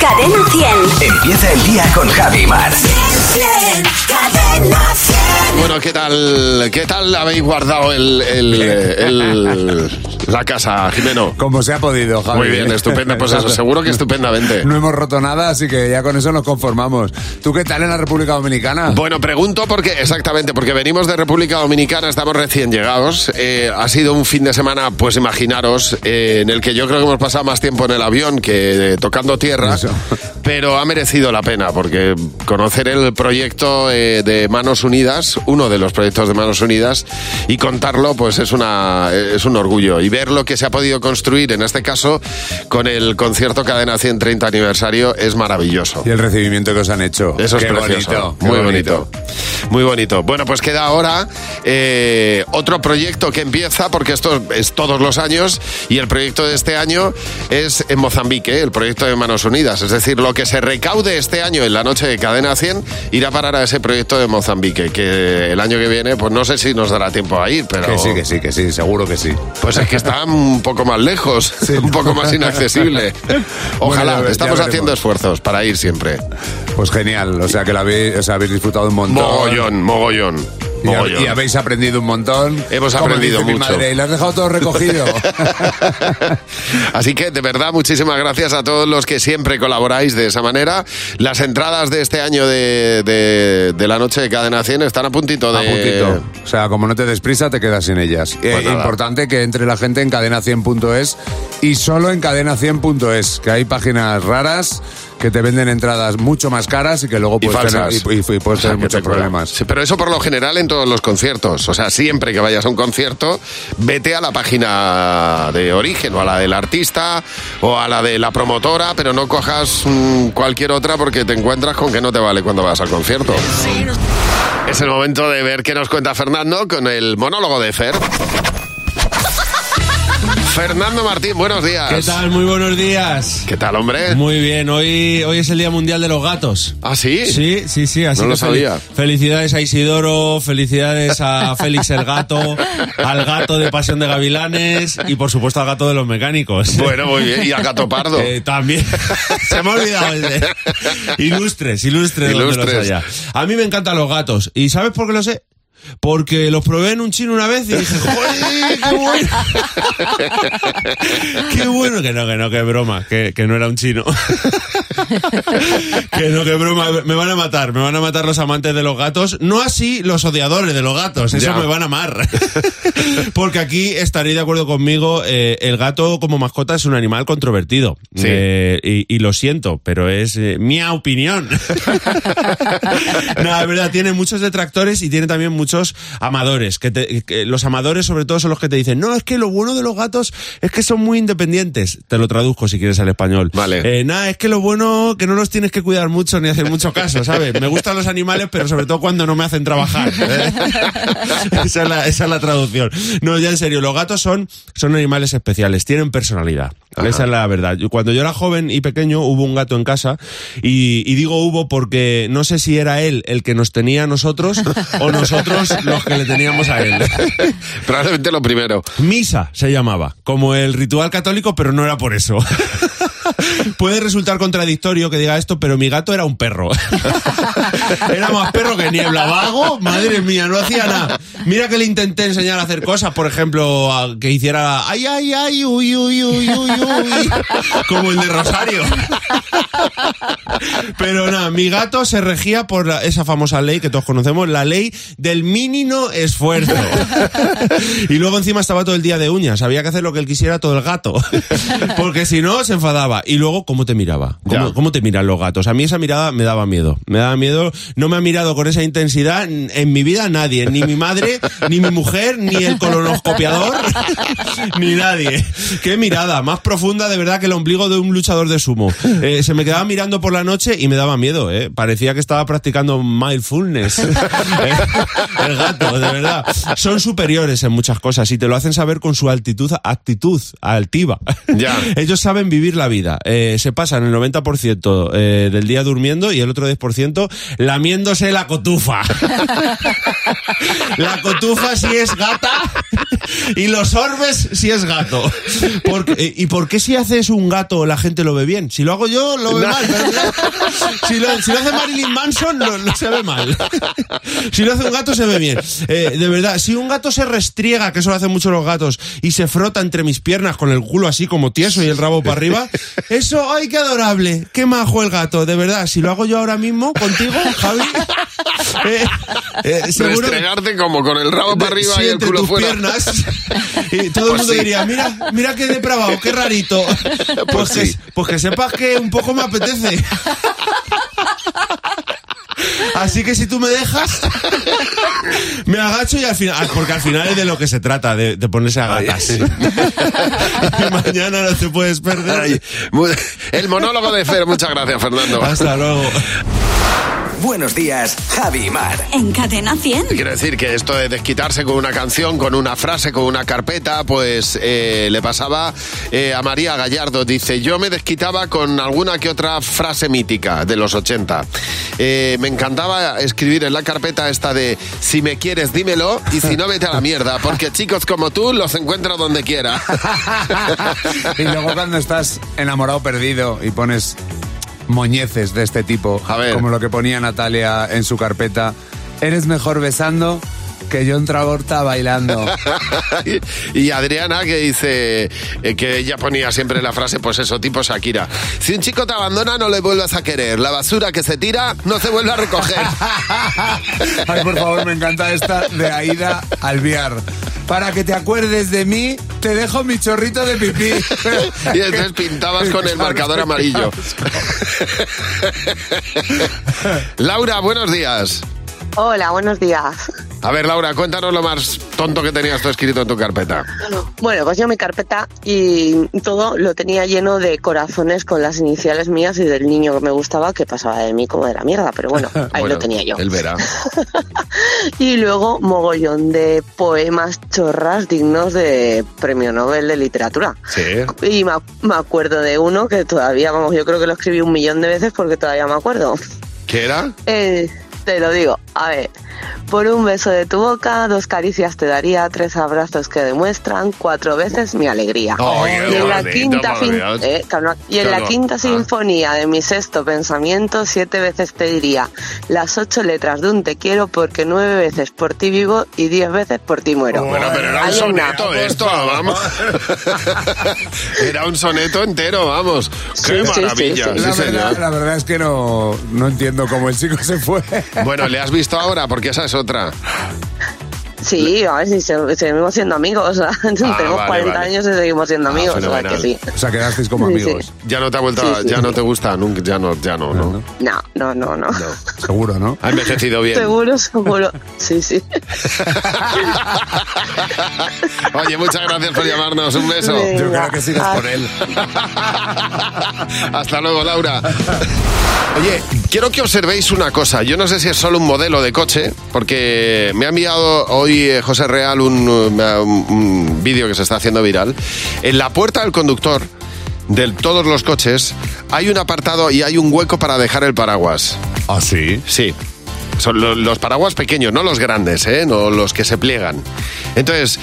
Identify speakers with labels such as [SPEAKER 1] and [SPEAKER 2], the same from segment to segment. [SPEAKER 1] Cadena 100.
[SPEAKER 2] Empieza el día con Javi Mar.
[SPEAKER 1] Cadena 100.
[SPEAKER 3] Bueno, ¿qué tal? ¿Qué tal habéis guardado el, el- el- la casa, Jimeno?
[SPEAKER 4] Como se ha podido, Javi.
[SPEAKER 3] Muy bien, estupenda. Pues eso, seguro que estupendamente.
[SPEAKER 4] No hemos roto nada, así que ya con eso nos conformamos. ¿Tú qué tal en la República Dominicana?
[SPEAKER 3] Bueno, pregunto porque, exactamente, porque venimos de República Dominicana, estamos recién llegados. eh, ha sido un fin de semana, pues imaginaros, eh, en el que yo creo que hemos pasado más tiempo en el avión que eh, tocando tierra,
[SPEAKER 4] Eso.
[SPEAKER 3] pero ha merecido la pena, porque conocer el proyecto eh, de Manos Unidas, uno de los proyectos de Manos Unidas, y contarlo, pues es, una, es un orgullo. Y ver lo que se ha podido construir, en este caso, con el concierto Cadena 130 aniversario, es maravilloso.
[SPEAKER 4] Y el recibimiento que os han hecho.
[SPEAKER 3] Eso es
[SPEAKER 4] Qué
[SPEAKER 3] precioso.
[SPEAKER 4] bonito. qué
[SPEAKER 3] Muy bonito. Muy bonito. Bueno, pues queda ahora eh, otro proyecto que empieza, porque esto es todos los años, y el proyecto de este año es en Mozambique, ¿eh? el proyecto de Manos Unidas. Es decir, lo que se recaude este año en la noche de Cadena 100 irá a parar a ese proyecto de Mozambique, que el año que viene, pues no sé si nos dará tiempo a ir, pero...
[SPEAKER 4] Que sí, que sí, que sí, seguro que sí.
[SPEAKER 3] Pues es que está un poco más lejos,
[SPEAKER 4] Sí,
[SPEAKER 3] un
[SPEAKER 4] ¿no?
[SPEAKER 3] poco más inaccesible. Ojalá,
[SPEAKER 4] ya ve- ya
[SPEAKER 3] estamos
[SPEAKER 4] veremos.
[SPEAKER 3] haciendo esfuerzos para ir siempre.
[SPEAKER 4] Pues genial, o sea que la habéis, o sea, habéis disfrutado un montón.
[SPEAKER 3] Mogollón, mogollón.
[SPEAKER 4] Y, hab-
[SPEAKER 3] mogollón.
[SPEAKER 4] y habéis aprendido un montón.
[SPEAKER 3] Hemos
[SPEAKER 4] Como
[SPEAKER 3] aprendido
[SPEAKER 4] dice mi
[SPEAKER 3] mucho.
[SPEAKER 4] madre, y lo has dejado todo recogido.
[SPEAKER 3] Así que de verdad muchísimas gracias a todos los que siempre colaboráis de esa manera. Las entradas de este año de, de- de la noche de Cadena 100 están a puntito de...
[SPEAKER 4] A puntito. O sea, como no te des prisa, te quedas sin ellas.
[SPEAKER 3] Pues
[SPEAKER 4] Eh,
[SPEAKER 3] nada.
[SPEAKER 4] importante que entre la gente en cadena100.es y solo en cadena100.es, que hay páginas raras que te venden entradas mucho más caras y que luego
[SPEAKER 3] Y
[SPEAKER 4] puedes tener,
[SPEAKER 3] falsas.
[SPEAKER 4] y- y- y puedes
[SPEAKER 3] O sea,
[SPEAKER 4] tener
[SPEAKER 3] que
[SPEAKER 4] muchos
[SPEAKER 3] te cuela.
[SPEAKER 4] problemas.
[SPEAKER 3] Sí, pero eso por lo general en todos los conciertos. O sea, siempre que vayas a un concierto, vete a la página de origen o a la del artista o a la de la promotora, pero no cojas mm, cualquier otra porque te encuentras con que no te vale cuando vas al concierto. Es el momento de ver qué nos cuenta Fernando con el monólogo de Fer. Fernando Martín, buenos días.
[SPEAKER 5] ¿Qué tal? Muy buenos días.
[SPEAKER 3] ¿Qué tal, hombre?
[SPEAKER 5] Muy bien, hoy, hoy es el Día Mundial de los Gatos.
[SPEAKER 3] ¿Ah, sí?
[SPEAKER 5] Sí, sí, sí, así
[SPEAKER 3] No
[SPEAKER 5] que
[SPEAKER 3] lo sabía.
[SPEAKER 5] Felicidades a Isidoro, felicidades a Félix el gato, al gato de Pasión de Gavilanes y por supuesto al gato de los mecánicos.
[SPEAKER 3] Bueno, muy bien. ¿Y a Gato Pardo?
[SPEAKER 5] Eh, también. Se me ha olvidado ese. Ilustres, ilustres, donde los
[SPEAKER 3] Ilustres.
[SPEAKER 5] haya. A mí me encantan los gatos. ¿Y sabes por qué lo sé? Porque los probé en un chino una vez y dije, ¡joder, qué bueno! ¡Qué bueno! Que no, que no, que broma, que, que no era un chino. que no, que broma, me van a matar, me van a matar los amantes de los gatos, no así los odiadores de los gatos, eso
[SPEAKER 3] Ya.
[SPEAKER 5] me van a amar. Porque aquí estaréis de acuerdo conmigo, eh, el gato como mascota es un animal controvertido.
[SPEAKER 3] Sí.
[SPEAKER 5] Eh, y, y lo siento, pero es eh, mi opinión. no, es verdad, tiene muchos detractores y tiene también muchos amadores. Que te- que los amadores sobre todo son los que te dicen, no, es que lo bueno de los gatos es que son muy independientes. Te lo traduzco si quieres al español.
[SPEAKER 3] Vale.
[SPEAKER 5] Eh, nada, es que lo bueno que no los tienes que cuidar mucho ni hacer mucho caso, ¿sabes? Me gustan los animales, pero sobre todo cuando no me hacen trabajar. ¿eh? esa, es la, esa es la traducción. No, ya en serio, los gatos son, son animales especiales, tienen personalidad. Esa es la verdad. Yo- Cuando yo era joven y pequeño hubo un gato en casa y, y digo hubo porque no sé si era él el que nos tenía a nosotros o nosotros los que le teníamos a él.
[SPEAKER 3] Probablemente lo primero.
[SPEAKER 5] Misa se llamaba, como el ritual católico, pero no era por eso. Puede resultar contradictorio que diga esto, pero mi gato era un perro. era más perro que niebla. Vago, madre mía, no hacía nada. Mira que le intenté enseñar a hacer cosas, por ejemplo, a- que hiciera ay, ay, ay, uy, uy, uy, uy, uy, como el de Rosario. Pero nada, mi gato se regía por la- esa famosa ley que todos conocemos, la ley del mínimo esfuerzo. Y luego encima estaba todo el día de uñas, había que hacer lo que él quisiera todo el gato, porque si no se enfadaba. Y luego, ¿cómo te miraba?
[SPEAKER 3] Ya.
[SPEAKER 5] ¿Cómo, cómo te miran los gatos? A mí esa mirada me daba miedo, me daba miedo, no me ha mirado con esa intensidad en en mi vida nadie, ni mi madre, ni mi mujer, ni el colonoscopiador, ni nadie. Qué mirada, más profunda de verdad que el ombligo de un luchador de sumo. Eh, se me quedaba mirando por la noche y me daba miedo, ¿eh? Parecía que estaba practicando mindfulness. Eh, El gato, de verdad. Son superiores en muchas cosas y te lo hacen saber con su altitud, actitud altiva.
[SPEAKER 3] Ya.
[SPEAKER 5] Ellos saben vivir la vida. Eh, se pasan el 90% eh, del día durmiendo y el otro 10% lamiéndose la cotufa. la cotufa si es gata y los orbes si es gato. Porque- eh, ¿Y por qué si haces un gato la gente lo ve bien? Si lo hago yo, lo ve mal. pero si- si, lo, si lo hace Marilyn Manson, lo, lo se ve mal. si lo hace un gato, se ve bien. Eh, de verdad, si un gato se restriega, que eso lo hacen mucho los gatos, y se frota entre mis piernas con el culo así como tieso y el rabo para arriba, eso, ¡ay, qué adorable! ¡Qué majo el gato! De verdad, si lo hago yo ahora mismo contigo, Javi... eh, eh, seguro que-
[SPEAKER 3] Restregarte como con el rabo para
[SPEAKER 5] de-
[SPEAKER 3] arriba
[SPEAKER 5] sí,
[SPEAKER 3] y el
[SPEAKER 5] entre
[SPEAKER 3] culo
[SPEAKER 5] tus
[SPEAKER 3] fuera.
[SPEAKER 5] piernas. Y todo el
[SPEAKER 3] Pues
[SPEAKER 5] mundo
[SPEAKER 3] sí.
[SPEAKER 5] diría, mira, mira qué depravado, qué rarito. Pues, que,
[SPEAKER 3] sí.
[SPEAKER 5] pues que sepas que un poco me apetece. Así que si tú me dejas, me agacho y al final, ah, porque al final es de lo que se trata, de, de ponerse a gatas. Y mañana no te puedes perder.
[SPEAKER 3] Ay, mu- el monólogo de Fer, muchas gracias, Fernando.
[SPEAKER 5] Hasta luego.
[SPEAKER 2] Buenos días, Javi y Mar.
[SPEAKER 1] En Cadena 100.
[SPEAKER 3] Quiero decir que esto de desquitarse con una canción, con una frase, con una carpeta, pues eh, le pasaba eh, a María Gallardo. Dice, yo me desquitaba con alguna que otra frase mítica de los 80. Eh, me encantaba escribir en la carpeta esta de, si me quieres dímelo y si no vete a la mierda, porque chicos como tú los encuentro donde quiera.
[SPEAKER 4] Y luego cuando estás enamorado perdido y pones moñeces de este tipo,
[SPEAKER 3] A ver.
[SPEAKER 4] como lo que ponía Natalia en su carpeta, eres mejor besando que John Travolta bailando.
[SPEAKER 3] y Adriana que dice eh, que ella ponía siempre la frase, pues eso, tipo Shakira. Si un chico te abandona, no le vuelvas a querer. La basura que se tira, no se vuelve a recoger.
[SPEAKER 4] Ay, por favor, me encanta esta de Aida Alviar. Para que te acuerdes de mí, te dejo mi chorrito de pipí.
[SPEAKER 3] y entonces pintabas con el marcador amarillo. Laura, buenos días.
[SPEAKER 6] Hola, buenos días.
[SPEAKER 3] A ver, Laura, cuéntanos lo más tonto que tenías tú escrito en tu carpeta.
[SPEAKER 6] Bueno, pues yo mi carpeta y todo lo tenía lleno de corazones con las iniciales mías y del niño que me gustaba que pasaba de mí como de la mierda, pero bueno, ahí
[SPEAKER 3] Bueno,
[SPEAKER 6] lo tenía yo.
[SPEAKER 3] Él verá.
[SPEAKER 6] Y luego mogollón de poemas chorras dignos de Premio Nobel de Literatura.
[SPEAKER 3] Sí.
[SPEAKER 6] Y me, ac- me acuerdo de uno que todavía, vamos, yo creo que lo escribí un millón de veces porque todavía me acuerdo.
[SPEAKER 3] ¿Qué era?
[SPEAKER 6] Eh, te lo digo, a ver, por un beso de tu boca, dos caricias te daría, tres abrazos que demuestran, cuatro veces mi alegría.
[SPEAKER 3] Oh, qué
[SPEAKER 6] y en la
[SPEAKER 3] bonito,
[SPEAKER 6] quinta,
[SPEAKER 3] por
[SPEAKER 6] fin-
[SPEAKER 3] Dios.
[SPEAKER 6] eh, calma, y en
[SPEAKER 3] Qué
[SPEAKER 6] la
[SPEAKER 3] horror.
[SPEAKER 6] quinta
[SPEAKER 3] Ah.
[SPEAKER 6] sinfonía de mi sexto pensamiento, siete veces te diría las ocho letras de un te quiero porque nueve veces por ti vivo y diez veces por ti muero.
[SPEAKER 3] Bueno, pero era un
[SPEAKER 6] Hay una-
[SPEAKER 3] soneto esto, vamos. era un soneto entero, vamos. ¡Qué
[SPEAKER 6] Sí, sí, sí,
[SPEAKER 3] maravilla!
[SPEAKER 6] sí, sí.
[SPEAKER 4] La
[SPEAKER 3] Sí, señor.
[SPEAKER 4] verdad, la verdad es que no, no entiendo cómo el chico se fue.
[SPEAKER 3] Bueno, le has visto ahora, porque esa es otra.
[SPEAKER 6] Sí, a ver si se- seguimos siendo amigos, o sea, tenemos
[SPEAKER 3] Ah, vale,
[SPEAKER 6] 40
[SPEAKER 3] vale.
[SPEAKER 6] años y seguimos siendo
[SPEAKER 3] Ah,
[SPEAKER 6] amigos, o sea que
[SPEAKER 3] fenomenal.
[SPEAKER 6] sí.
[SPEAKER 4] O sea, quedasteis como
[SPEAKER 6] Sí,
[SPEAKER 4] amigos.
[SPEAKER 6] sí.
[SPEAKER 3] Ya no te ha vuelto, a-
[SPEAKER 6] Sí, sí,
[SPEAKER 3] ya
[SPEAKER 6] sí.
[SPEAKER 3] no te gusta, nunca, ya no, ya no, no.
[SPEAKER 6] No, no, no, no.
[SPEAKER 4] Seguro, ¿no?
[SPEAKER 3] Ha envejecido bien.
[SPEAKER 6] Seguro, seguro. Sí, sí.
[SPEAKER 3] Oye, muchas gracias por llamarnos. Un beso.
[SPEAKER 6] Venga.
[SPEAKER 4] Yo creo que sigas
[SPEAKER 6] Ah.
[SPEAKER 4] por él.
[SPEAKER 3] Hasta luego, Laura. Oye, quiero que observéis una cosa. Yo no sé si es solo un modelo de coche, porque me ha enviado hoy eh, José Real un, eh, un- un vídeo que se está haciendo viral. En la puerta del conductor de todos los coches hay un apartado y hay un hueco para dejar el paraguas.
[SPEAKER 4] ¿Ah, sí?
[SPEAKER 3] Sí. Son lo- los paraguas pequeños, no los grandes, ¿eh? No los que se pliegan. Entonces,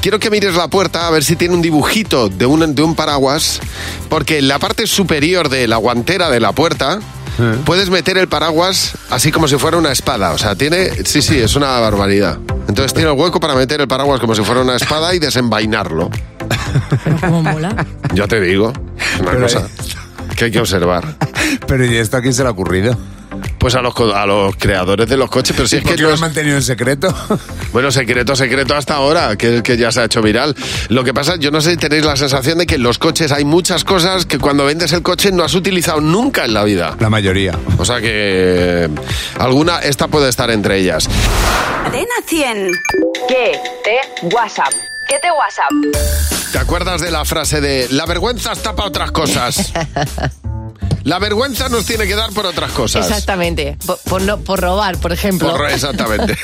[SPEAKER 3] quiero que mires la puerta a ver si tiene un dibujito de un, de un paraguas, porque en la parte superior de la guantera de la puerta puedes meter el paraguas así como si fuera una espada. O sea, tiene... Sí, sí, es una barbaridad. Entonces tiene el hueco para meter el paraguas como si fuera una espada y desenvainarlo.
[SPEAKER 7] Pero cómo mola.
[SPEAKER 3] Ya te digo, es una
[SPEAKER 4] Pero,
[SPEAKER 3] cosa que hay que observar.
[SPEAKER 4] Pero ¿y esto a quién se le ha ocurrido?
[SPEAKER 3] Pues a los, co- a los creadores de los coches, pero si es
[SPEAKER 4] ¿Por
[SPEAKER 3] que
[SPEAKER 4] qué lo
[SPEAKER 3] no
[SPEAKER 4] has mantenido en secreto?
[SPEAKER 3] Bueno, secreto, secreto hasta ahora, que, que ya se ha hecho viral. Lo que pasa, yo no sé si tenéis la sensación de que en los coches hay muchas cosas que cuando vendes el coche no has utilizado nunca en la vida.
[SPEAKER 4] La mayoría.
[SPEAKER 3] O sea que eh, alguna, esta puede estar entre ellas.
[SPEAKER 1] Cadena 100.
[SPEAKER 8] ¿Qué te WhatsApp? ¿Qué te WhatsApp?
[SPEAKER 3] ¿Te acuerdas de la frase de la vergüenza tapa otras cosas? La vergüenza nos tiene que dar por otras cosas.
[SPEAKER 9] Exactamente. Por, por no, por robar, por ejemplo.
[SPEAKER 3] Por- exactamente.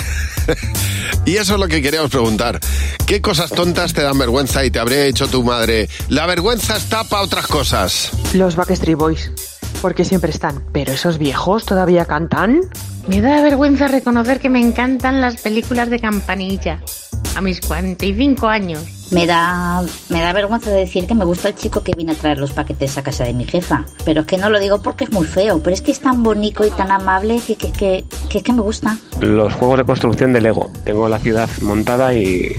[SPEAKER 3] y eso es lo que queríamos preguntar. ¿Qué cosas tontas te dan vergüenza y te habría hecho tu madre? La vergüenza está para otras cosas.
[SPEAKER 10] Los Backstreet Boys, porque siempre están. Pero esos viejos todavía cantan.
[SPEAKER 11] Me da vergüenza reconocer que me encantan las películas de campanilla. A mis 45 años.
[SPEAKER 12] Me da, me da vergüenza de decir que me gusta el chico que viene a traer los paquetes a casa de mi jefa. Pero es que no lo digo porque es muy feo, pero es que es tan bonito y tan amable que, que, que, que es que me gusta.
[SPEAKER 13] Los juegos de construcción de Lego. Tengo la ciudad montada y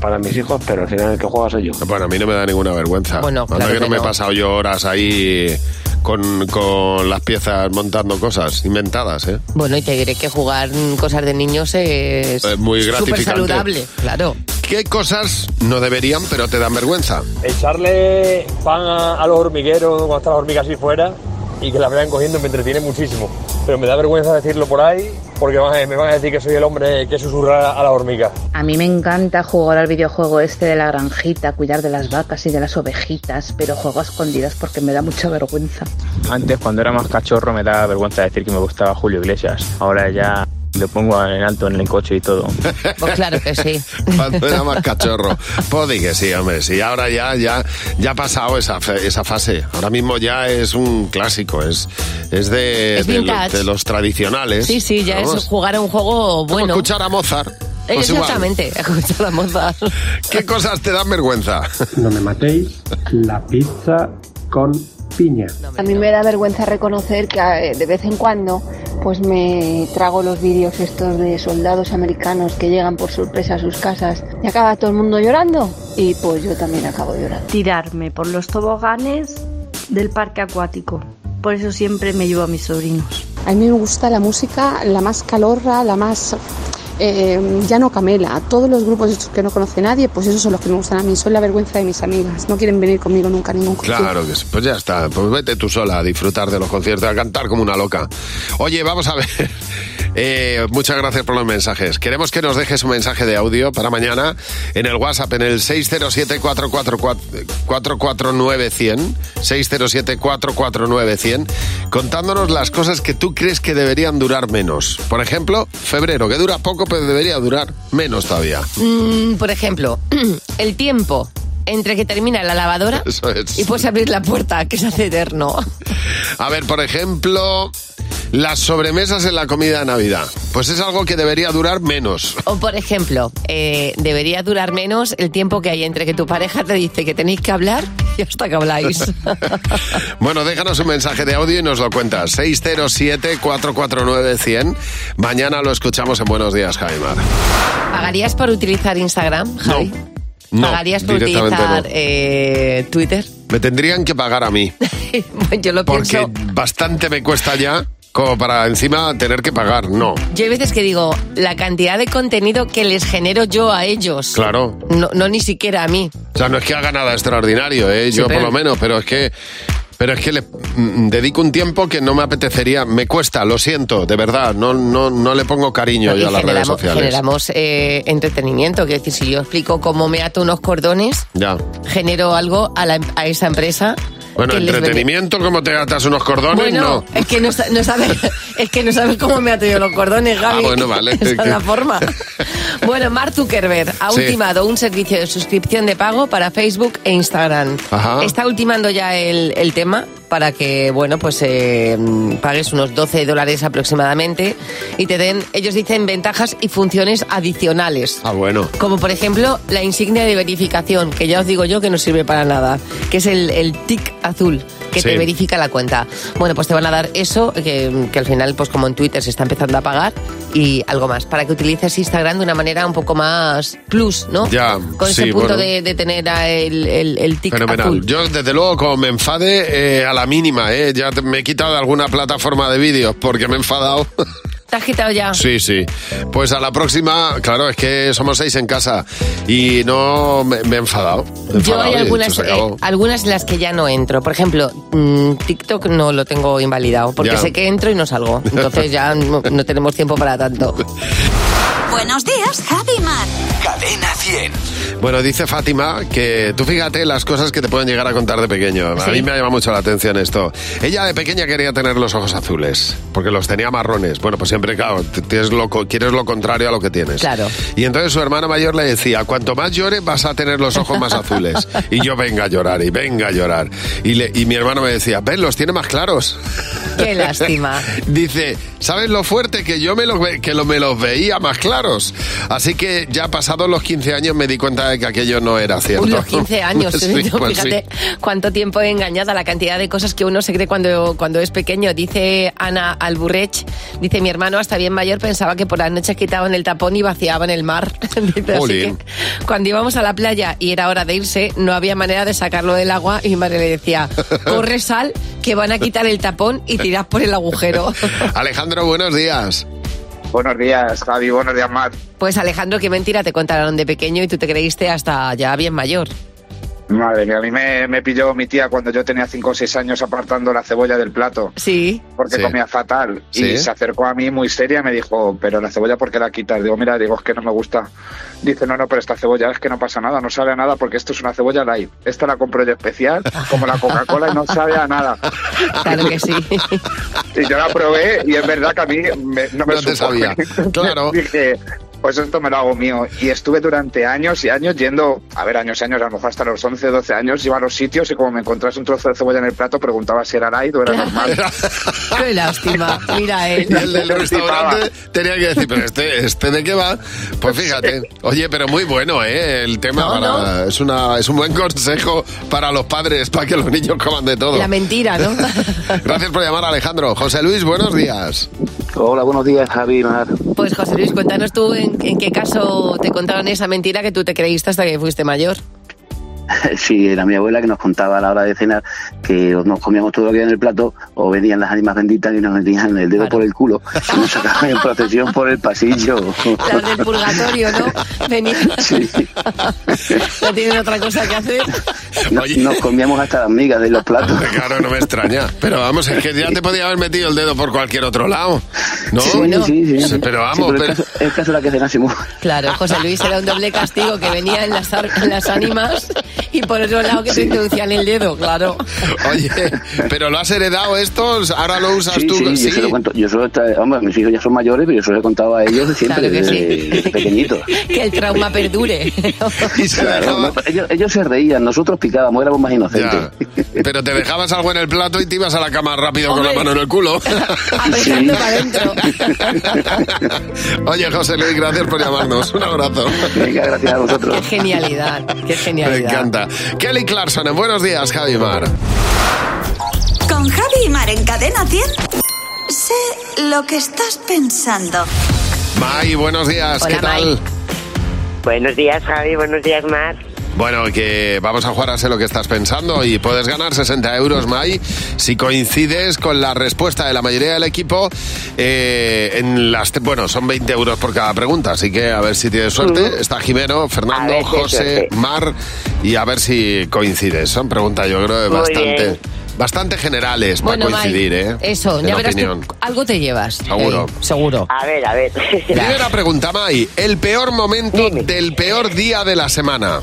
[SPEAKER 13] para mis hijos, pero al final el que juega soy yo.
[SPEAKER 3] Bueno, a mí no me da ninguna vergüenza.
[SPEAKER 13] Bueno,
[SPEAKER 3] Anda
[SPEAKER 13] claro
[SPEAKER 3] Pues que no
[SPEAKER 13] que
[SPEAKER 3] me he
[SPEAKER 13] no.
[SPEAKER 3] pasado yo horas ahí con, con las piezas montando cosas inventadas, ¿eh?
[SPEAKER 9] Bueno, y te diré que jugar mm, cosas de niños es.
[SPEAKER 3] Eh, muy gratificante.
[SPEAKER 9] Súper saludable, claro.
[SPEAKER 3] ¿Qué cosas no deberían, pero te dan vergüenza?
[SPEAKER 14] Echarle pan a, a los hormigueros cuando están las hormigas así fuera y que las vayan cogiendo me entretiene muchísimo. Pero me da vergüenza decirlo por ahí porque van a- me van a decir que soy el hombre que susurra a la hormiga.
[SPEAKER 15] A mí me encanta jugar al videojuego este de la granjita, cuidar de las vacas y de las ovejitas, pero juego a escondidas porque me da mucha vergüenza.
[SPEAKER 16] Antes, cuando era más cachorro, me daba vergüenza decir que me gustaba Julio Iglesias. Ahora ya lo pongo en alto en el coche y todo.
[SPEAKER 9] Pues claro que sí.
[SPEAKER 3] Cuando era más cachorro. Pues di que sí, hombre. Sí, ahora ya, ya, ya ha pasado esa, fe- esa fase. Ahora mismo ya es un clásico. Es, es de,
[SPEAKER 9] Es
[SPEAKER 3] de, lo-
[SPEAKER 9] vintage.
[SPEAKER 3] de los tradicionales.
[SPEAKER 9] Sí, sí, ya
[SPEAKER 3] Vamos.
[SPEAKER 9] es jugar a un juego bueno. Eh,
[SPEAKER 3] escuchar a Mozart. Pues igual.
[SPEAKER 9] Exactamente, escuchar a Mozart.
[SPEAKER 3] ¿Qué cosas te dan vergüenza?
[SPEAKER 17] No me matéis. La pizza con piña.
[SPEAKER 18] A mí me da vergüenza reconocer que eh, de vez en cuando pues me trago los vídeos estos de soldados americanos que llegan por sorpresa a sus casas y acaba todo el mundo llorando y pues yo también acabo llorando.
[SPEAKER 19] Tirarme por los toboganes del parque acuático. Por eso siempre me llevo a mis sobrinos.
[SPEAKER 20] A mí me gusta la música, la más calorra, la más eh, ya no camela. Todos los grupos estos que no conoce nadie, pues esos son los que me gustan a mí. Son la vergüenza de mis amigas. No quieren venir conmigo nunca a ningún concierto.
[SPEAKER 3] Claro que sí. Pues ya está. Pues vete tú sola a disfrutar de los conciertos, a cantar como una loca. Oye, vamos a ver. Eh, muchas gracias por los mensajes. Queremos que nos dejes un mensaje de audio para mañana en el WhatsApp en el 607-449-100. 607-449-100. Contándonos las cosas que tú crees que deberían durar menos. Por ejemplo, febrero, que dura poco, pero debería durar menos todavía.
[SPEAKER 9] Mm, por ejemplo, el tiempo entre que termina la lavadora
[SPEAKER 3] Eso es.
[SPEAKER 9] y puedes abrir la puerta, que se hace eterno.
[SPEAKER 3] A ver, por ejemplo, las sobremesas en la comida de Navidad. Pues es algo que debería durar menos.
[SPEAKER 9] O por ejemplo, eh, debería durar menos el tiempo que hay entre que tu pareja te dice que tenéis que hablar y hasta que habláis.
[SPEAKER 3] Bueno, déjanos un mensaje de audio y nos lo cuentas. 607-449-100. Mañana lo escuchamos en Buenos Días, Jaimar.
[SPEAKER 9] ¿Pagarías por utilizar Instagram, Javi?
[SPEAKER 3] No,
[SPEAKER 9] ¿Pagarías por
[SPEAKER 3] directamente
[SPEAKER 9] utilizar
[SPEAKER 3] no.
[SPEAKER 9] eh, Twitter? Pues
[SPEAKER 3] Me tendrían que pagar a mí,
[SPEAKER 9] Yo lo
[SPEAKER 3] porque
[SPEAKER 9] pienso.
[SPEAKER 3] bastante me cuesta ya como para encima tener que pagar. No,
[SPEAKER 9] Yo hay veces que digo, la cantidad de contenido que les genero yo a ellos,
[SPEAKER 3] claro.
[SPEAKER 9] no, no ni siquiera a mí.
[SPEAKER 3] O sea, no es que haga nada extraordinario, ¿eh?
[SPEAKER 9] Sí,
[SPEAKER 3] yo
[SPEAKER 9] pero-
[SPEAKER 3] por lo menos, pero es que pero es que le mm, dedico un tiempo que no me apetecería, me cuesta, lo siento, de verdad, no no no le pongo cariño
[SPEAKER 9] No, y
[SPEAKER 3] yo a las redes
[SPEAKER 9] generamos,
[SPEAKER 3] sociales.
[SPEAKER 9] generamos, eh, entretenimiento. Quiero decir, si yo explico cómo me ato unos cordones,
[SPEAKER 3] Ya.
[SPEAKER 9] genero algo a, la- a esa empresa.
[SPEAKER 3] Bueno,
[SPEAKER 9] que les
[SPEAKER 3] entretenimiento como te atas unos
[SPEAKER 9] bene-
[SPEAKER 3] cordones,
[SPEAKER 9] Bueno,
[SPEAKER 3] no.
[SPEAKER 9] es que no, sa- no sabes, es que no sabes cómo me ato yo los cordones, Gaby.
[SPEAKER 3] Ah, bueno, vale.
[SPEAKER 9] Esa es la forma. Bueno, Mark Zuckerberg ha
[SPEAKER 3] Sí.
[SPEAKER 9] ultimado un servicio de suscripción de pago para Facebook e Instagram.
[SPEAKER 3] Ajá.
[SPEAKER 9] Está ultimando ya el, el tema para que, bueno, pues eh, mm, pagues unos 12 dólares aproximadamente y te den, ellos dicen, ventajas y funciones adicionales.
[SPEAKER 3] Ah, bueno.
[SPEAKER 9] Como por ejemplo la insignia de verificación, que ya os digo yo que no sirve para nada, que es el, el tic azul que
[SPEAKER 3] Sí.
[SPEAKER 9] te verifica la cuenta. Bueno, pues te van a dar eso, que, que al final, pues como en Twitter se está empezando a pagar, y algo más, para que utilices Instagram de una manera un poco más plus, ¿no?
[SPEAKER 3] Ya,
[SPEAKER 9] Con ese
[SPEAKER 3] sí,
[SPEAKER 9] punto
[SPEAKER 3] bueno.
[SPEAKER 9] de, de tener a el, el, el tic
[SPEAKER 3] Fenomenal.
[SPEAKER 9] azul.
[SPEAKER 3] Yo, desde luego, como me enfade, eh, a la mínima, eh, ya te- me he quitado de alguna plataforma de vídeos porque me he enfadado.
[SPEAKER 9] ¿Te has quitado ya?
[SPEAKER 3] Sí, sí. Pues a la próxima, claro, es que somos seis en casa y no me, me he enfadado. Me he
[SPEAKER 9] Yo
[SPEAKER 3] enfadado
[SPEAKER 9] hay
[SPEAKER 3] y he dicho,
[SPEAKER 9] algunas,
[SPEAKER 3] se acabó.
[SPEAKER 9] eh, algunas en las que ya no entro. Por ejemplo, mm, TikTok no lo tengo invalidado porque
[SPEAKER 3] Ya.
[SPEAKER 9] sé que entro y no salgo. Entonces ya no, no tenemos tiempo para tanto.
[SPEAKER 1] Buenos días, Javi Mar.
[SPEAKER 2] Cadena 100.
[SPEAKER 3] Bueno, dice Fátima que tú fíjate las cosas que te pueden llegar a contar de pequeño. A
[SPEAKER 2] Sí.
[SPEAKER 3] mí me ha llamado mucho la atención esto. Ella de pequeña quería tener los ojos azules, porque los tenía marrones. Bueno, pues siempre, claro, t- tienes lo co- quieres lo contrario a lo que tienes.
[SPEAKER 9] Claro.
[SPEAKER 3] Y entonces su hermano mayor le decía, cuanto más llores vas a tener los ojos más azules. Y yo venga a llorar y venga a llorar. Y, le- y mi hermano me decía, ven, los tiene más claros.
[SPEAKER 9] Qué lástima.
[SPEAKER 3] Dice, ¿sabes lo fuerte que yo me los, ve- que lo- me los veía más claros? Así que ya pasados los 15 años me di cuenta de que aquello no era cierto.
[SPEAKER 9] Uy, los 15 años.
[SPEAKER 3] Sí,
[SPEAKER 9] Yo,
[SPEAKER 3] pues sí.
[SPEAKER 9] fíjate cuánto tiempo he engañado a la cantidad de cosas que uno se cree cuando, cuando es pequeño. Dice Ana Alburrech, dice mi hermano hasta bien mayor pensaba que por las noches quitaban el tapón y vaciaban el mar. Dice, así que
[SPEAKER 3] Jolín.
[SPEAKER 9] cuando íbamos a la playa y era hora de irse, no había manera de sacarlo del agua y mi madre le decía, corre sal que van a quitar el tapón y tirás por el agujero.
[SPEAKER 3] Alejandro, buenos días.
[SPEAKER 21] Buenos días, Javi. Buenos días, Mar.
[SPEAKER 9] Pues Alejandro, qué mentira te contaron de pequeño y tú te creíste hasta ya bien mayor.
[SPEAKER 21] Madre mía, a mí me, me pilló mi tía cuando yo tenía 5 o 6 años apartando la cebolla del plato.
[SPEAKER 9] Sí.
[SPEAKER 21] Porque
[SPEAKER 22] Sí.
[SPEAKER 21] comía fatal.
[SPEAKER 22] Sí.
[SPEAKER 21] Y se acercó a mí muy seria y me dijo, pero la cebolla, ¿por qué la quitas? Digo, mira, digo, es que no me gusta. Dice, no, no, pero esta cebolla es que no pasa nada, no sabe a nada porque esto es una cebolla light. Esta la compro yo especial, como la Coca-Cola, y no sabe a nada.
[SPEAKER 9] Claro que sí.
[SPEAKER 21] Y yo la probé y es verdad que a mí me- no me
[SPEAKER 3] No
[SPEAKER 21] supo.
[SPEAKER 3] te sabía. Claro.
[SPEAKER 21] Dije, pues esto me lo hago mío. Y estuve durante años y años yendo, a ver, años y años, a lo mejor hasta los 11, 12 años, iba a los sitios y como me encontrase un trozo de cebolla en el plato, preguntaba si era light o era normal.
[SPEAKER 9] Qué lástima. Mira ¿eh? él.
[SPEAKER 3] Y el del restaurante tenía que decir, pero este, este de qué va. Pues fíjate. Oye, pero muy bueno, ¿eh? El tema para- Es, una, es un buen consejo para los padres, para que los niños coman de todo.
[SPEAKER 9] La mentira, ¿no?
[SPEAKER 3] Gracias por llamar, Alejandro. José Luis, buenos días.
[SPEAKER 23] Hola, buenos días, Javi. Mar.
[SPEAKER 9] Pues José Luis, cuéntanos tú en, en qué caso te contaron esa mentira que tú te creíste hasta que fuiste mayor.
[SPEAKER 23] Sí, era mi abuela que nos contaba a la hora de cenar que o nos comíamos todo lo que había en el plato o venían las ánimas benditas y nos metían el dedo por el culo y nos sacaban en procesión por el pasillo.
[SPEAKER 9] Las del purgatorio, ¿no? Venía. No tienen otra cosa que hacer.
[SPEAKER 23] Nos, nos comíamos hasta las migas de los platos.
[SPEAKER 3] Claro, no me extraña. Pero vamos, es que ya te podía haber metido el dedo por cualquier otro lado. ¿No?
[SPEAKER 23] Sí, bueno. sí, sí.
[SPEAKER 3] Pero
[SPEAKER 23] Sí,
[SPEAKER 3] vamos,
[SPEAKER 23] pero
[SPEAKER 3] pero-
[SPEAKER 23] el caso, el caso era que cenásemos.
[SPEAKER 9] Claro, José Luis era un doble castigo que venía en las, ar- en las ánimas y por otro lado que te introducían el dedo, claro.
[SPEAKER 3] Oye, pero lo has heredado esto, ahora lo usas
[SPEAKER 23] Sí,
[SPEAKER 3] tú.
[SPEAKER 23] sí, yo se lo cuento. Yo solo, hombre, mis hijos ya son mayores, pero yo se lo he contado a ellos siempre,
[SPEAKER 9] Claro que sí.
[SPEAKER 23] desde, desde pequeñitos.
[SPEAKER 9] Que el trauma perdure.
[SPEAKER 23] Claro, no, ellos, ellos se reían, nosotros picábamos, éramos más inocentes.
[SPEAKER 3] Pero te dejabas algo en el plato y te ibas a la cama rápido con
[SPEAKER 23] Hombre.
[SPEAKER 3] la mano en el culo.
[SPEAKER 23] Sí.
[SPEAKER 3] Oye, José Luis, gracias por llamarnos. Un abrazo.
[SPEAKER 23] Venga, gracias a
[SPEAKER 9] Qué
[SPEAKER 23] vosotros.
[SPEAKER 9] genialidad, qué
[SPEAKER 3] Me
[SPEAKER 9] genialidad.
[SPEAKER 3] encanta. Kelly Clarkson, en buenos días, Javi Mar.
[SPEAKER 1] Con Javi y Mar en Cadena 100. Sé lo que estás pensando.
[SPEAKER 3] Mai, buenos días,
[SPEAKER 1] Hola,
[SPEAKER 3] ¿qué tal?
[SPEAKER 24] Buenos días, Javi. Buenos días, Mar.
[SPEAKER 3] Bueno, que vamos a jugar a sé lo que estás pensando y puedes ganar 60 euros, Mai, si coincides con la respuesta de la mayoría del equipo. eh, en las te- bueno, son 20 euros por cada pregunta, así que a ver si tienes suerte. Está Jimeno, Fernando,
[SPEAKER 24] ver si hay
[SPEAKER 3] José,
[SPEAKER 24] suerte.
[SPEAKER 3] Mar y a ver si coincides. Son preguntas, yo creo, de
[SPEAKER 24] Muy
[SPEAKER 3] bastante,
[SPEAKER 24] bien.
[SPEAKER 3] bastante generales
[SPEAKER 9] Bueno,
[SPEAKER 3] para coincidir,
[SPEAKER 9] Mike,
[SPEAKER 3] ¿eh?
[SPEAKER 9] eso,
[SPEAKER 3] En
[SPEAKER 9] ya verás
[SPEAKER 3] opinión.
[SPEAKER 9] que algo te llevas.
[SPEAKER 3] Seguro.
[SPEAKER 9] Ey, seguro.
[SPEAKER 24] A ver, a ver.
[SPEAKER 3] Primera pregunta, Mai. El peor momento del peor día de la semana.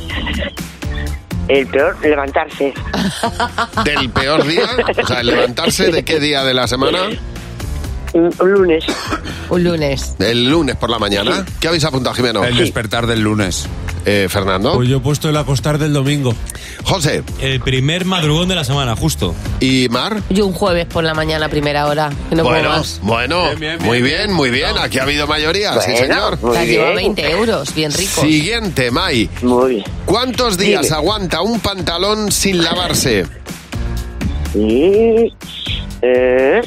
[SPEAKER 24] El peor, levantarse.
[SPEAKER 3] ¿Del peor día? O sea, el levantarse de qué día de la semana?
[SPEAKER 24] Un lunes.
[SPEAKER 9] Un lunes.
[SPEAKER 3] El lunes por la mañana. ¿Qué habéis apuntado, Jimeno?
[SPEAKER 4] El
[SPEAKER 3] despertar del lunes. Fernando.
[SPEAKER 5] Pues yo he puesto el acostar del domingo.
[SPEAKER 3] José.
[SPEAKER 25] El primer madrugón de la semana, justo.
[SPEAKER 3] ¿Y Mar?
[SPEAKER 9] Yo un jueves por la mañana, primera hora. que no puedo
[SPEAKER 3] bueno,
[SPEAKER 9] más.
[SPEAKER 3] bueno, muy bien, muy bien. Aquí ha habido mayoría, sí,
[SPEAKER 9] Bueno,
[SPEAKER 3] señor.
[SPEAKER 9] O sea, lleva 20 euros, bien rico.
[SPEAKER 3] Siguiente, Mai. ¿Cuántos días
[SPEAKER 24] Dime.
[SPEAKER 3] aguanta un pantalón sin lavarse?
[SPEAKER 24] Y, eh,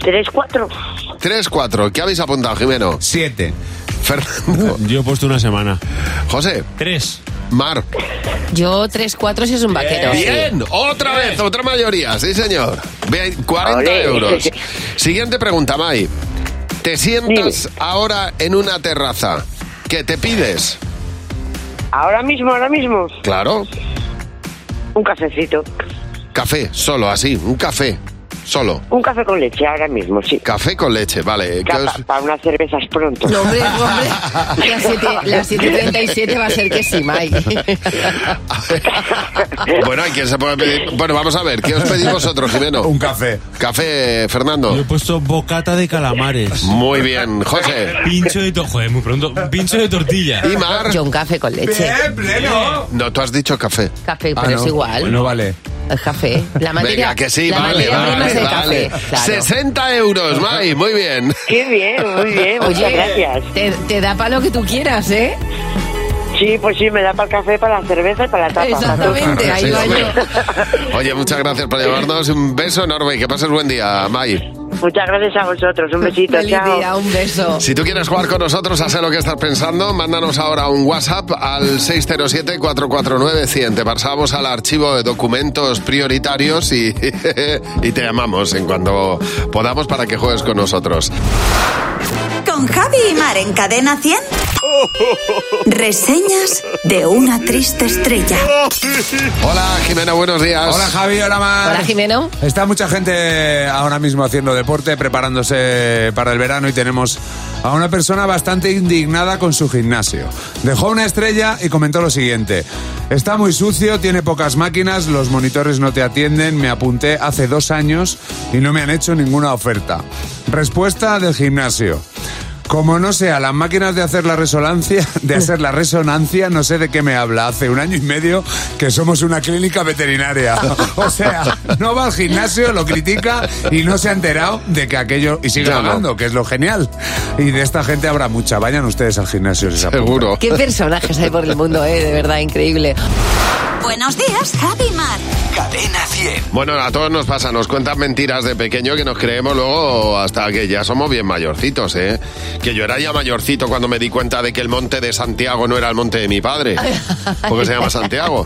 [SPEAKER 24] tres, cuatro.
[SPEAKER 3] 3, 4. ¿Qué habéis apuntado, Jimeno? 7. Fernando.
[SPEAKER 5] Yo he puesto una semana.
[SPEAKER 3] José.
[SPEAKER 5] 3.
[SPEAKER 3] Mar.
[SPEAKER 9] Yo 3-4 si es un vaquero.
[SPEAKER 3] Bien, otra vez, otra mayoría, sí señor. Ve- 40
[SPEAKER 24] Olé.
[SPEAKER 3] euros. Siguiente pregunta, Mai. Te sientas ahora en una terraza. ¿Qué te pides?
[SPEAKER 24] Ahora mismo, ahora mismo.
[SPEAKER 3] Claro,
[SPEAKER 24] Un cafecito.
[SPEAKER 3] café, solo así, un café. Solo.
[SPEAKER 24] Un café con leche ahora mismo, sí.
[SPEAKER 3] Café con leche, vale. ¿Qué
[SPEAKER 24] Para
[SPEAKER 3] os-
[SPEAKER 24] unas cervezas pronto.
[SPEAKER 9] No, hombre, hombre. A las siete- las 7.37 va a ser que sí, Mike.
[SPEAKER 3] Bueno, hay quien se puede pedir. Bueno, vamos a ver, ¿qué os pedís vosotros, Jimeno? Un café. Café, Fernando.
[SPEAKER 5] Yo he puesto bocata de calamares.
[SPEAKER 3] Muy bien, José.
[SPEAKER 25] Pincho de tortilla. Joder, muy pronto. Pincho de tortilla.
[SPEAKER 3] Y Mar.
[SPEAKER 9] Yo un café con leche.
[SPEAKER 3] No, tú has dicho café.
[SPEAKER 9] Café, pero es igual.
[SPEAKER 3] Ah, vale.
[SPEAKER 9] Es café. La materia,
[SPEAKER 3] Venga, que sí,
[SPEAKER 9] la
[SPEAKER 3] vale,
[SPEAKER 9] materia prima es
[SPEAKER 3] vale,
[SPEAKER 9] el
[SPEAKER 3] vale.
[SPEAKER 9] café. claro.
[SPEAKER 3] 60 euros, Mai, muy bien.
[SPEAKER 24] Qué bien, muy bien, muchas
[SPEAKER 9] Oye,
[SPEAKER 24] gracias.
[SPEAKER 9] Te, te da para lo que tú quieras, ¿eh?
[SPEAKER 24] Sí, pues sí, me da para el café, para la cerveza y para la tapa.
[SPEAKER 9] Exactamente, ahí
[SPEAKER 3] Sí,
[SPEAKER 9] va
[SPEAKER 3] hombre.
[SPEAKER 9] yo.
[SPEAKER 3] Oye, muchas gracias por llevarnos. Un beso enorme y que pases buen día, Mai.
[SPEAKER 24] Muchas gracias a vosotros, un besito,
[SPEAKER 9] Feliz
[SPEAKER 24] chao.
[SPEAKER 9] día, un beso.
[SPEAKER 3] Si tú quieres jugar con nosotros, a sé lo que estás pensando, mándanos ahora un WhatsApp al 607-449-100. Te pasamos al archivo de documentos prioritarios y, y te llamamos en cuanto podamos para que juegues con nosotros.
[SPEAKER 1] Con Javi y Mar en Cadena 100. Reseñas de una triste estrella.
[SPEAKER 3] Hola, Jimena, buenos días.
[SPEAKER 4] Hola, Javi, hola, Mar.
[SPEAKER 9] Hola, Jimeno.
[SPEAKER 4] Está mucha gente ahora mismo haciendo deporte, preparándose para el verano y tenemos a una persona bastante indignada con su gimnasio. Dejó una estrella y comentó lo siguiente. Está muy sucio, tiene pocas máquinas, los monitores no te atienden, me apunté hace dos años y no me han hecho ninguna oferta. Respuesta del gimnasio. Como no sea las máquinas de hacer la resonancia, de hacer la resonancia, no sé de qué me habla. Hace un año y medio que somos una clínica veterinaria. O sea, no va al gimnasio, lo critica y no se ha enterado de que aquello y sigue
[SPEAKER 3] Claro.
[SPEAKER 4] hablando, que es lo genial. Y de esta gente habrá mucha. Vayan ustedes al gimnasio, si se apuntan.
[SPEAKER 3] Seguro.
[SPEAKER 9] Qué personajes hay por el mundo, ¿eh? De verdad, increíble.
[SPEAKER 1] Buenos días, Javi y Mar.
[SPEAKER 2] Cadena 100.
[SPEAKER 3] Bueno, a todos nos pasa, nos cuentan mentiras de pequeño que nos creemos luego hasta que ya somos bien mayorcitos, ¿eh? Que yo era ya mayorcito cuando me di cuenta de que el monte de Santiago no era el monte de mi padre, porque se llama Santiago.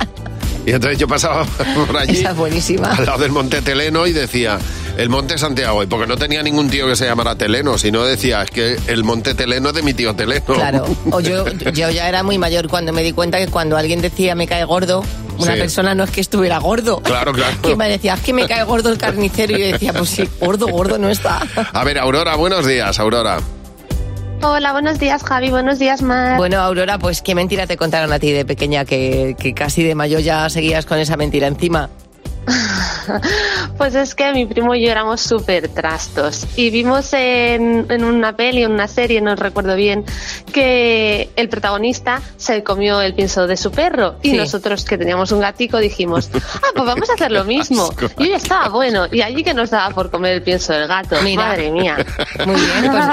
[SPEAKER 3] Y entonces yo pasaba por allí,
[SPEAKER 9] Esa es buenísima.
[SPEAKER 3] al lado del monte Teleno, y decía, el monte Santiago. Y porque no tenía ningún tío que se llamara Teleno, sino decía, es que el monte Teleno es de mi tío Teleno.
[SPEAKER 9] Claro. O yo, yo ya era muy mayor cuando me di cuenta que cuando alguien decía me cae gordo, una
[SPEAKER 3] Sí.
[SPEAKER 9] persona no es que estuviera gordo.
[SPEAKER 3] Claro, claro.
[SPEAKER 9] Que me decía, es que me cae gordo el carnicero. Y yo decía, pues sí, gordo, gordo no está.
[SPEAKER 3] A ver, Aurora, buenos días, Aurora.
[SPEAKER 6] Hola, buenos días, Javi. Buenos días, Mar.
[SPEAKER 9] Bueno, Aurora, pues qué mentira te contaron a ti de pequeña, que, que casi de mayor ya seguías con esa mentira encima.
[SPEAKER 6] Pues es que mi primo y yo éramos súper trastos. Y vimos en, en una peli, en una serie, no recuerdo bien, que el protagonista se comió el pienso de su perro. Y
[SPEAKER 7] Sí.
[SPEAKER 6] nosotros, que teníamos un gatico, dijimos: Ah, pues vamos a hacer lo mismo.
[SPEAKER 7] Asco.
[SPEAKER 6] Y ya estaba bueno. Y allí que nos daba por comer el pienso del gato.
[SPEAKER 9] Mira.
[SPEAKER 6] Madre mía.
[SPEAKER 9] Muy bien, pues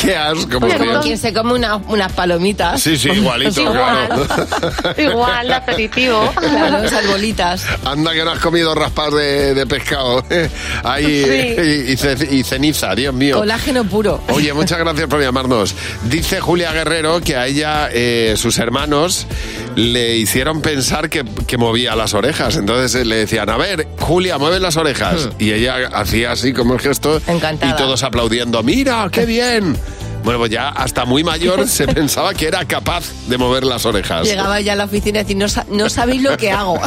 [SPEAKER 3] Qué asco, por
[SPEAKER 9] pues como
[SPEAKER 3] Dios.
[SPEAKER 9] quien se come una- unas palomitas.
[SPEAKER 3] Sí, sí, igualito,
[SPEAKER 9] Igual.
[SPEAKER 3] claro.
[SPEAKER 6] Igual, de aperitivo.
[SPEAKER 9] Claro, esas bolitas.
[SPEAKER 3] Anda que no has comido raspas de, de pescado. ¿eh? Ahí,
[SPEAKER 9] Sí.
[SPEAKER 3] eh, y, y ce- y ceniza, Dios mío.
[SPEAKER 9] Colágeno puro.
[SPEAKER 3] Oye, muchas gracias por llamarnos. Dice Julia Guerrero que a ella eh, sus hermanos le hicieron pensar que, que movía las orejas. Entonces eh, le decían, a ver, Julia, mueve las orejas. Y ella hacía así como el gesto.
[SPEAKER 9] Hmm. Encantada.
[SPEAKER 3] Y todos aplaudiendo, mira, qué bien. Bueno, pues ya hasta muy mayor se pensaba que era capaz de mover las orejas.
[SPEAKER 9] Llegaba ya a la oficina y decía, no, sa- no sabéis lo que hago.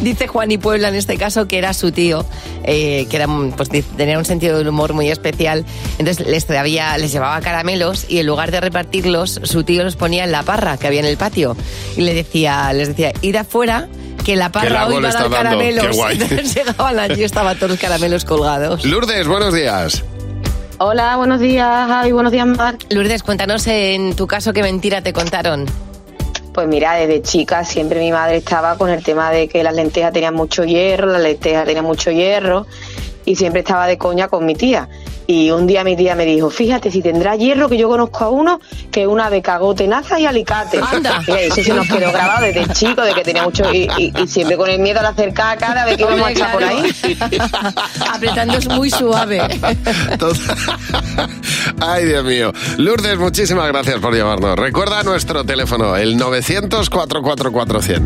[SPEAKER 9] Dice Juan y Puebla en este caso que era su tío, eh, que era, un- pues, di- tenía un sentido del humor muy especial. Entonces les, traía, les llevaba caramelos y en lugar de repartirlos, su tío los ponía en la parra que había en el patio. Y le decía, les decía, id afuera, que la
[SPEAKER 3] el
[SPEAKER 9] parra hoy
[SPEAKER 3] árbol
[SPEAKER 9] va a dar
[SPEAKER 3] está dando, qué
[SPEAKER 9] caramelos.
[SPEAKER 3] guay.
[SPEAKER 9] Entonces llegaban allí y estaban todos los caramelos colgados.
[SPEAKER 3] Lourdes, buenos días.
[SPEAKER 6] Hola, buenos días, Javi. Buenos días, Mar.
[SPEAKER 9] Lourdes, cuéntanos en tu caso qué mentira te contaron.
[SPEAKER 7] Pues mira, desde chica siempre mi madre estaba con el tema de que las lentejas tenían mucho hierro, las lentejas tenían mucho hierro y siempre estaba de coña con mi tía. Y un día mi tía me dijo, fíjate si tendrá hierro que yo conozco a uno que es una de cagotenaza y alicate.
[SPEAKER 9] Anda.
[SPEAKER 7] Y eso se nos quedó grabado desde chico, de que tenía mucho... Y, y- y siempre con el miedo a la cercada cada vez que
[SPEAKER 9] Hombre,
[SPEAKER 7] íbamos a estar por
[SPEAKER 9] claro.
[SPEAKER 7] ahí.
[SPEAKER 9] Apretando es muy suave.
[SPEAKER 3] Ay, Dios mío. Lourdes, muchísimas gracias por llamarnos. Recuerda nuestro teléfono, el 900-444-100.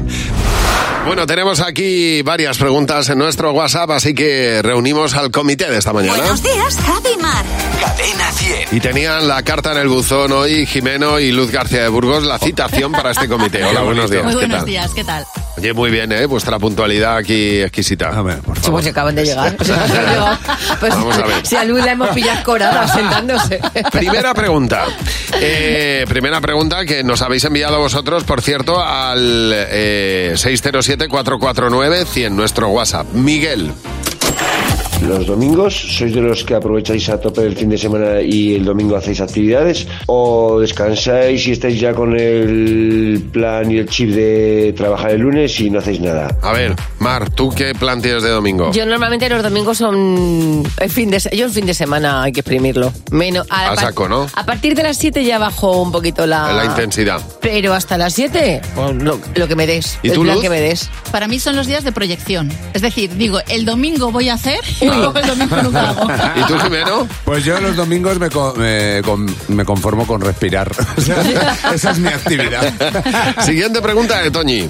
[SPEAKER 3] Bueno, tenemos aquí varias preguntas en nuestro WhatsApp, así que reunimos al comité de esta mañana.
[SPEAKER 1] Buenos días, Javi y Mar.
[SPEAKER 2] Cadena 100.
[SPEAKER 3] Y tenían la carta en el buzón hoy Jimeno y Luz García de Burgos, la citación para este comité. Hola, buenos días.
[SPEAKER 8] Muy
[SPEAKER 3] ¿qué
[SPEAKER 8] buenos
[SPEAKER 3] tal?
[SPEAKER 8] días, ¿qué tal?
[SPEAKER 3] Oye, muy bien, ¿eh? Vuestra puntualidad aquí exquisita. A ver, por
[SPEAKER 9] Sí, pues si acaban de llegar. O sea, yo- pues,
[SPEAKER 3] Vamos a ver.
[SPEAKER 9] Si a Luz la hemos pillado corada sentándose.
[SPEAKER 3] Primera pregunta. Eh, primera pregunta que nos habéis enviado vosotros, por cierto, al eh, 607-449-100, nuestro WhatsApp. Miguel.
[SPEAKER 26] ¿Los domingos sois de los que aprovecháis a tope el fin de semana y el domingo hacéis actividades? ¿O descansáis y estáis ya con el plan y el chip de trabajar el lunes y no hacéis nada?
[SPEAKER 3] A ver, Mar, ¿tú qué plan tienes de domingo?
[SPEAKER 9] Yo normalmente los domingos son el fin de se- yo el fin de semana hay que exprimirlo. Menos a,
[SPEAKER 3] A
[SPEAKER 9] par-
[SPEAKER 3] saco, ¿no?
[SPEAKER 9] a partir de las 7 ya bajó un poquito la
[SPEAKER 3] La intensidad.
[SPEAKER 9] Pero hasta las 7 lo, lo que me des,
[SPEAKER 3] ¿Y
[SPEAKER 9] el
[SPEAKER 3] tú,
[SPEAKER 9] plan
[SPEAKER 3] Luz?
[SPEAKER 9] que me des.
[SPEAKER 8] Para mí son los días de proyección. Es decir, digo, el domingo voy a hacer y
[SPEAKER 4] Ah.
[SPEAKER 8] luego el domingo nunca hago.
[SPEAKER 3] ¿Y tú, Jimeno?
[SPEAKER 4] Pues yo los domingos me, co- me, con- me conformo con respirar. O sea, Esa es mi actividad.
[SPEAKER 3] Siguiente pregunta de Toñi.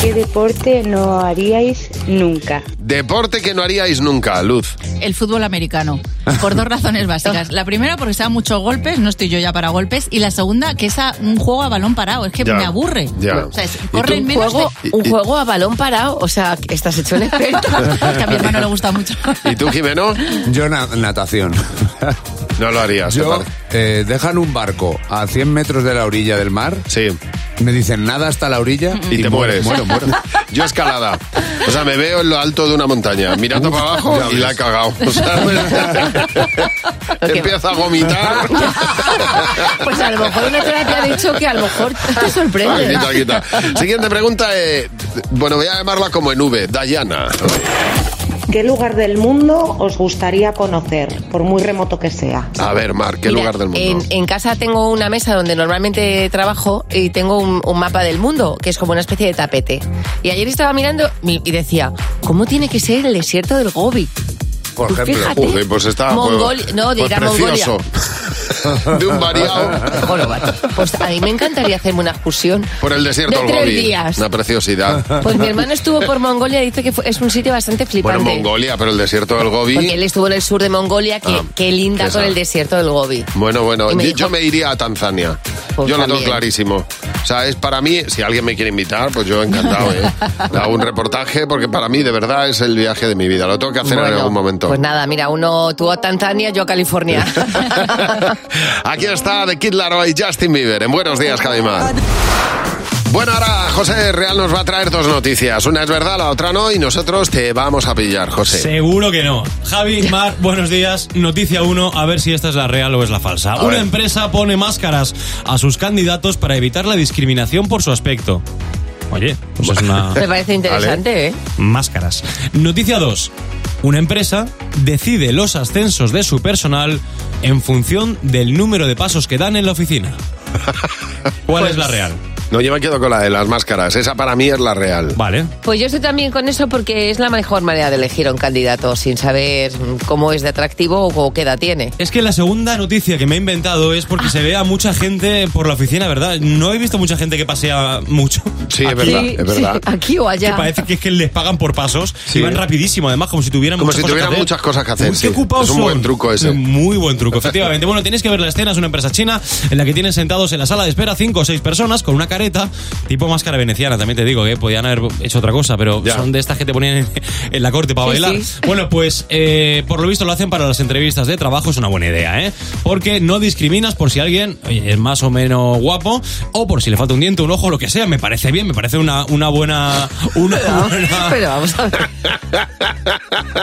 [SPEAKER 12] ¿Qué deporte no haríais nunca?
[SPEAKER 3] Deporte que no haríais nunca, Luz.
[SPEAKER 8] El fútbol americano. Por dos razones básicas. La primera, porque sea muchos golpes, no estoy yo ya para golpes. Y la segunda, que es a- un juego a balón parado. Es que
[SPEAKER 9] Ya.
[SPEAKER 8] me aburre.
[SPEAKER 9] Ya.
[SPEAKER 8] O sea, es-
[SPEAKER 9] ¿Y
[SPEAKER 8] corren
[SPEAKER 9] tú?
[SPEAKER 8] menos.
[SPEAKER 9] Juego-
[SPEAKER 8] de-
[SPEAKER 9] un juego a balón parado, o sea, que estás hecho un experto. Es que a mi hermano le gusta mucho.
[SPEAKER 3] ¿Y tú, Jimeno?
[SPEAKER 4] Yo na- natación.
[SPEAKER 3] No lo harías.
[SPEAKER 4] Yo, eh, dejan un barco a 100 metros de la orilla del mar.
[SPEAKER 3] Sí.
[SPEAKER 4] Me dicen nada hasta la orilla
[SPEAKER 3] Y te
[SPEAKER 4] muero,
[SPEAKER 3] mueres.
[SPEAKER 4] Muero, muero.
[SPEAKER 3] Yo escalada. O sea, me veo en lo alto de una montaña, mirando para abajo
[SPEAKER 4] ya
[SPEAKER 3] y la he
[SPEAKER 4] ves.
[SPEAKER 3] cagado. O sea, empiezo a vomitar.
[SPEAKER 9] Pues a lo mejor una terapia de choque, a lo mejor te
[SPEAKER 3] Ah,
[SPEAKER 9] sorprende.
[SPEAKER 3] quita, quita. Siguiente pregunta. eh, bueno, voy a llamarla como en V. Dayana.
[SPEAKER 12] ¿Qué lugar del mundo os gustaría conocer, por muy remoto que sea?
[SPEAKER 3] A ver, Mar, ¿qué
[SPEAKER 9] Mira,
[SPEAKER 3] lugar del mundo?
[SPEAKER 9] En, en casa tengo una mesa donde normalmente trabajo y tengo un, un mapa del mundo, que es como una especie de tapete. Y ayer estaba mirando y y decía, ¿cómo tiene que ser el desierto del Gobi?
[SPEAKER 3] Por
[SPEAKER 9] Pues ejemplo. fíjate.
[SPEAKER 3] Uy, pues está. pues-
[SPEAKER 9] Mongoli- no,
[SPEAKER 3] pues
[SPEAKER 9] dirá
[SPEAKER 3] precioso. De un variado.
[SPEAKER 9] Pues a mí me encantaría hacerme una excursión.
[SPEAKER 3] Por el desierto
[SPEAKER 9] De
[SPEAKER 3] del
[SPEAKER 9] tres
[SPEAKER 3] Gobi.
[SPEAKER 9] días.
[SPEAKER 3] Una preciosidad.
[SPEAKER 9] Pues mi hermano estuvo por Mongolia y dice que fue- es un sitio bastante
[SPEAKER 3] Bueno,
[SPEAKER 9] flipante.
[SPEAKER 3] Mongolia, pero el desierto del Gobi.
[SPEAKER 9] Porque él estuvo en el sur de Mongolia, que,
[SPEAKER 3] Ah,
[SPEAKER 9] que linda
[SPEAKER 3] esa.
[SPEAKER 9] con el desierto del Gobi.
[SPEAKER 3] Bueno, bueno,
[SPEAKER 9] Y me
[SPEAKER 3] yo,
[SPEAKER 9] dijo- Pues
[SPEAKER 3] yo me iría a Tanzania. yo lo tengo
[SPEAKER 9] también.
[SPEAKER 3] clarísimo. O sea, es para mí, si alguien me quiere invitar, pues yo encantado, ¿eh? Le Hago un reportaje porque para mí, de verdad, es el viaje de mi vida. Lo tengo que hacer en
[SPEAKER 9] Bueno,
[SPEAKER 3] algún momento.
[SPEAKER 9] Pues nada, mira, uno tú a Tanzania, yo a California.
[SPEAKER 3] Ah. Aquí está The Kid Laroi y Justin Bieber. En Buenos Días, Cadimar. Bueno, ahora José Real nos va a traer dos noticias. Una es verdad, la otra no, y nosotros te vamos a pillar, José.
[SPEAKER 25] Seguro que no. Javi, Mar, buenos días. Noticia 1, a ver si esta es la real o es la falsa.
[SPEAKER 3] A
[SPEAKER 25] Una
[SPEAKER 3] ver.
[SPEAKER 25] empresa pone máscaras a sus candidatos para evitar la discriminación por su aspecto. Oye, pues es una...
[SPEAKER 9] Me parece interesante, ¿eh?
[SPEAKER 25] Máscaras. Noticia 2. Una empresa decide los ascensos de su personal en función del número de pasos que dan en la oficina. ¿Cuál
[SPEAKER 9] Pues
[SPEAKER 25] es la real?
[SPEAKER 3] No, yo me quedo con la de las máscaras. Esa para mí es la real.
[SPEAKER 25] Vale.
[SPEAKER 9] Pues yo estoy también con eso porque es la mejor manera de elegir a un candidato sin saber mm, cómo es de atractivo o qué edad tiene.
[SPEAKER 25] Es que la segunda noticia que me he inventado es porque se ve a mucha gente por la oficina, ¿verdad? No he visto mucha gente que pasea mucho.
[SPEAKER 3] Sí, es
[SPEAKER 9] verdad, Sí, es verdad. sí, aquí o allá.
[SPEAKER 25] Que parece que es que les pagan por pasos
[SPEAKER 3] Sí.
[SPEAKER 25] y van rapidísimo, además, como si tuvieran
[SPEAKER 3] Como
[SPEAKER 25] muchas
[SPEAKER 3] si
[SPEAKER 25] cosas
[SPEAKER 3] tuvieran
[SPEAKER 25] que hacer.
[SPEAKER 3] muchas cosas que hacer.
[SPEAKER 25] Uy,
[SPEAKER 3] sí.
[SPEAKER 25] qué ocupados
[SPEAKER 3] Es un buen
[SPEAKER 25] son.
[SPEAKER 3] truco ese.
[SPEAKER 25] Muy buen truco, efectivamente. Bueno, tenéis que ver la escena, es una empresa china en la que tienen sentados en la sala de espera cinco o seis personas con una careta, tipo máscara veneciana, también te digo, que podían haber hecho otra cosa, pero son de estas que te ponían en, en la corte para
[SPEAKER 20] Sí,
[SPEAKER 25] bailar.
[SPEAKER 20] sí.
[SPEAKER 25] Bueno, pues eh, por lo visto lo hacen para las entrevistas de trabajo, es una buena idea, ¿eh? Porque no discriminas por si alguien oye, es más o menos guapo o por si le falta un diente, un ojo, lo que sea, me parece bien, me parece una, una buena... Una buena...
[SPEAKER 9] Pero vamos a ver.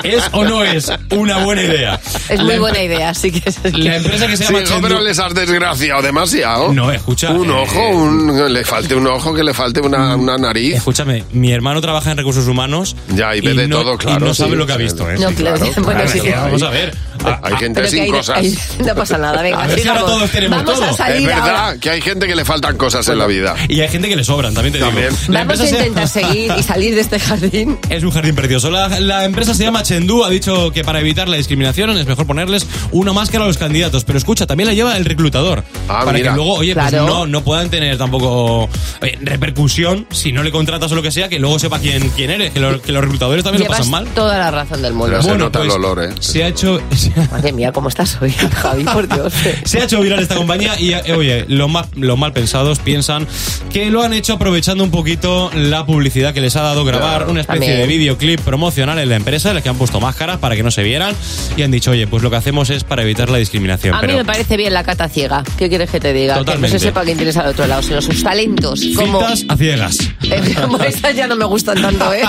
[SPEAKER 25] ¿Es o no es una buena idea?
[SPEAKER 9] Es muy
[SPEAKER 25] La- em-
[SPEAKER 9] buena idea, así que.
[SPEAKER 25] La empresa que se
[SPEAKER 3] Sí,
[SPEAKER 25] llama
[SPEAKER 3] no,
[SPEAKER 25] Chengdu-
[SPEAKER 3] pero les has desgraciado demasiado.
[SPEAKER 25] No, escucha,
[SPEAKER 3] Un
[SPEAKER 25] eh,
[SPEAKER 3] ojo, un- le falte un ojo, que le falte una, una nariz.
[SPEAKER 25] Escúchame, mi hermano trabaja en recursos humanos.
[SPEAKER 3] Ya, y ve de
[SPEAKER 25] no,
[SPEAKER 3] todo, claro,
[SPEAKER 25] Y no
[SPEAKER 3] sí,
[SPEAKER 25] sabe lo que ha
[SPEAKER 3] sí,
[SPEAKER 25] visto, ¿eh?
[SPEAKER 9] No, claro, bueno, sí. Ah,
[SPEAKER 25] es que Vamos a ver.
[SPEAKER 3] Hay gente
[SPEAKER 9] Pero que
[SPEAKER 3] sin
[SPEAKER 9] hay-
[SPEAKER 3] cosas.
[SPEAKER 9] hay- no pasa nada, venga.
[SPEAKER 25] A ver si ahora
[SPEAKER 9] sigamos.
[SPEAKER 25] todos tenemos
[SPEAKER 9] Vamos a
[SPEAKER 25] todo.
[SPEAKER 9] salir
[SPEAKER 3] es verdad
[SPEAKER 9] ahora.
[SPEAKER 3] que hay gente que le faltan cosas en la vida.
[SPEAKER 25] Y hay gente que le sobran, también te digo. La
[SPEAKER 9] Vamos a
[SPEAKER 25] empresa se-
[SPEAKER 9] intentar seguir y salir de este jardín.
[SPEAKER 25] Es un jardín precioso. La, la empresa se llama Chengdu, ha dicho que para evitar la discriminación es mejor ponerles una máscara a los candidatos. Pero escucha, también la lleva el reclutador. para
[SPEAKER 3] Ah, mira.
[SPEAKER 25] que luego, oye, pues
[SPEAKER 3] Claro.
[SPEAKER 25] no, no puedan tener tampoco oye, repercusión si no le contratas o lo que sea, que luego sepa quién, quién eres, que, lo- que los reclutadores también lo
[SPEAKER 9] Llevas
[SPEAKER 25] pasan mal.
[SPEAKER 9] toda la razón del mundo.
[SPEAKER 3] ¿eh?
[SPEAKER 25] Bueno, pues, Se ha hecho, se
[SPEAKER 9] Madre mía, ¿cómo estás hoy, Javi? Por Dios.
[SPEAKER 25] Se ha hecho viral esta compañía y, eh, oye, los más, los mal pensados piensan que lo han hecho aprovechando un poquito la publicidad que les ha dado grabar
[SPEAKER 9] Claro,
[SPEAKER 25] una especie
[SPEAKER 9] también.
[SPEAKER 25] de videoclip promocional en la empresa, en la que han puesto máscaras para que no se vieran y han dicho, oye, pues lo que hacemos es para evitar la discriminación.
[SPEAKER 9] A mí
[SPEAKER 25] pero
[SPEAKER 9] me parece bien la cata ciega. ¿Qué quieres que te diga? Que
[SPEAKER 25] Totalmente.
[SPEAKER 9] no se sepa quién tienes al otro lado, sino sus talentos. Como, eh,
[SPEAKER 25] citas a ciegas.
[SPEAKER 9] como estas ya no me gustan tanto, ¿eh?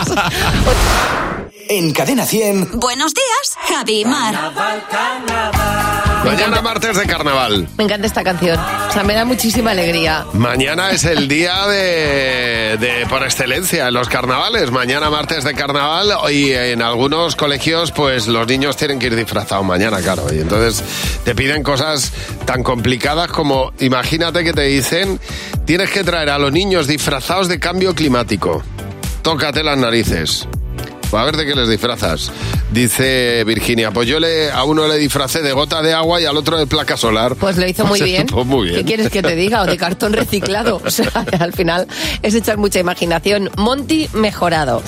[SPEAKER 2] En Cadena 100.
[SPEAKER 1] Buenos días, Javi y Mar.
[SPEAKER 3] Mañana martes de carnaval.
[SPEAKER 9] Me encanta esta canción. O sea, me da muchísima alegría.
[SPEAKER 3] Mañana es el día de, de por excelencia en los carnavales. Mañana martes de carnaval y en algunos colegios pues los niños tienen que ir disfrazados mañana, claro. Y entonces te piden cosas tan complicadas como imagínate que te dicen tienes que traer a los niños disfrazados de cambio climático. Tócate las narices. Pues, A ver de qué les disfrazas. Dice Virginia, pues yo le, a uno le disfracé de gota de agua y al otro de placa solar.
[SPEAKER 9] Pues lo hizo muy bien.
[SPEAKER 3] Pues muy bien.
[SPEAKER 9] ¿Qué quieres que te diga? O de cartón reciclado. O sea, al final es echar mucha imaginación. Monty mejorado.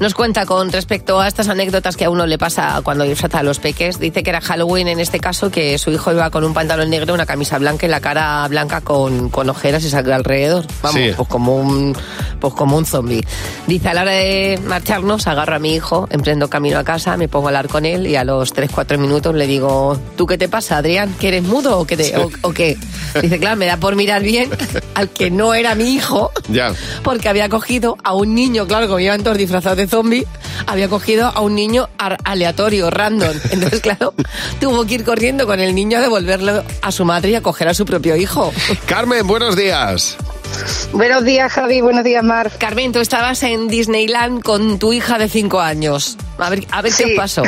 [SPEAKER 9] Nos cuenta con respecto a estas anécdotas que a uno le pasa cuando disfraza a los peques. Dice que era Halloween en este caso, que su hijo iba con un pantalón negro, una camisa blanca y la cara blanca con, con ojeras y sangre alrededor. Vamos,
[SPEAKER 25] Sí.
[SPEAKER 9] pues como un pues como un zombie. Dice, a la hora de marcharnos, agarro a mi hijo, emprendo camino a casa, me pongo a hablar con él y a los 3-4 minutos le digo, ¿tú qué te pasa, Adrián? ¿Que eres mudo o, que te- o- o qué? Dice, claro, me da por mirar bien al que no era mi hijo,
[SPEAKER 3] Ya.
[SPEAKER 9] porque había cogido a un niño, claro, como iban todos disfrazados de zombie, había cogido a un niño ar- aleatorio, random. Entonces, claro, tuvo que ir corriendo con el niño a devolverlo a su madre y a coger a su propio hijo.
[SPEAKER 3] Carmen, buenos días.
[SPEAKER 9] Buenos días, Javi. Buenos días, Mar. Carmen, tú estabas en Disneyland con tu hija de 5 años. A ver, a ver qué os pasó.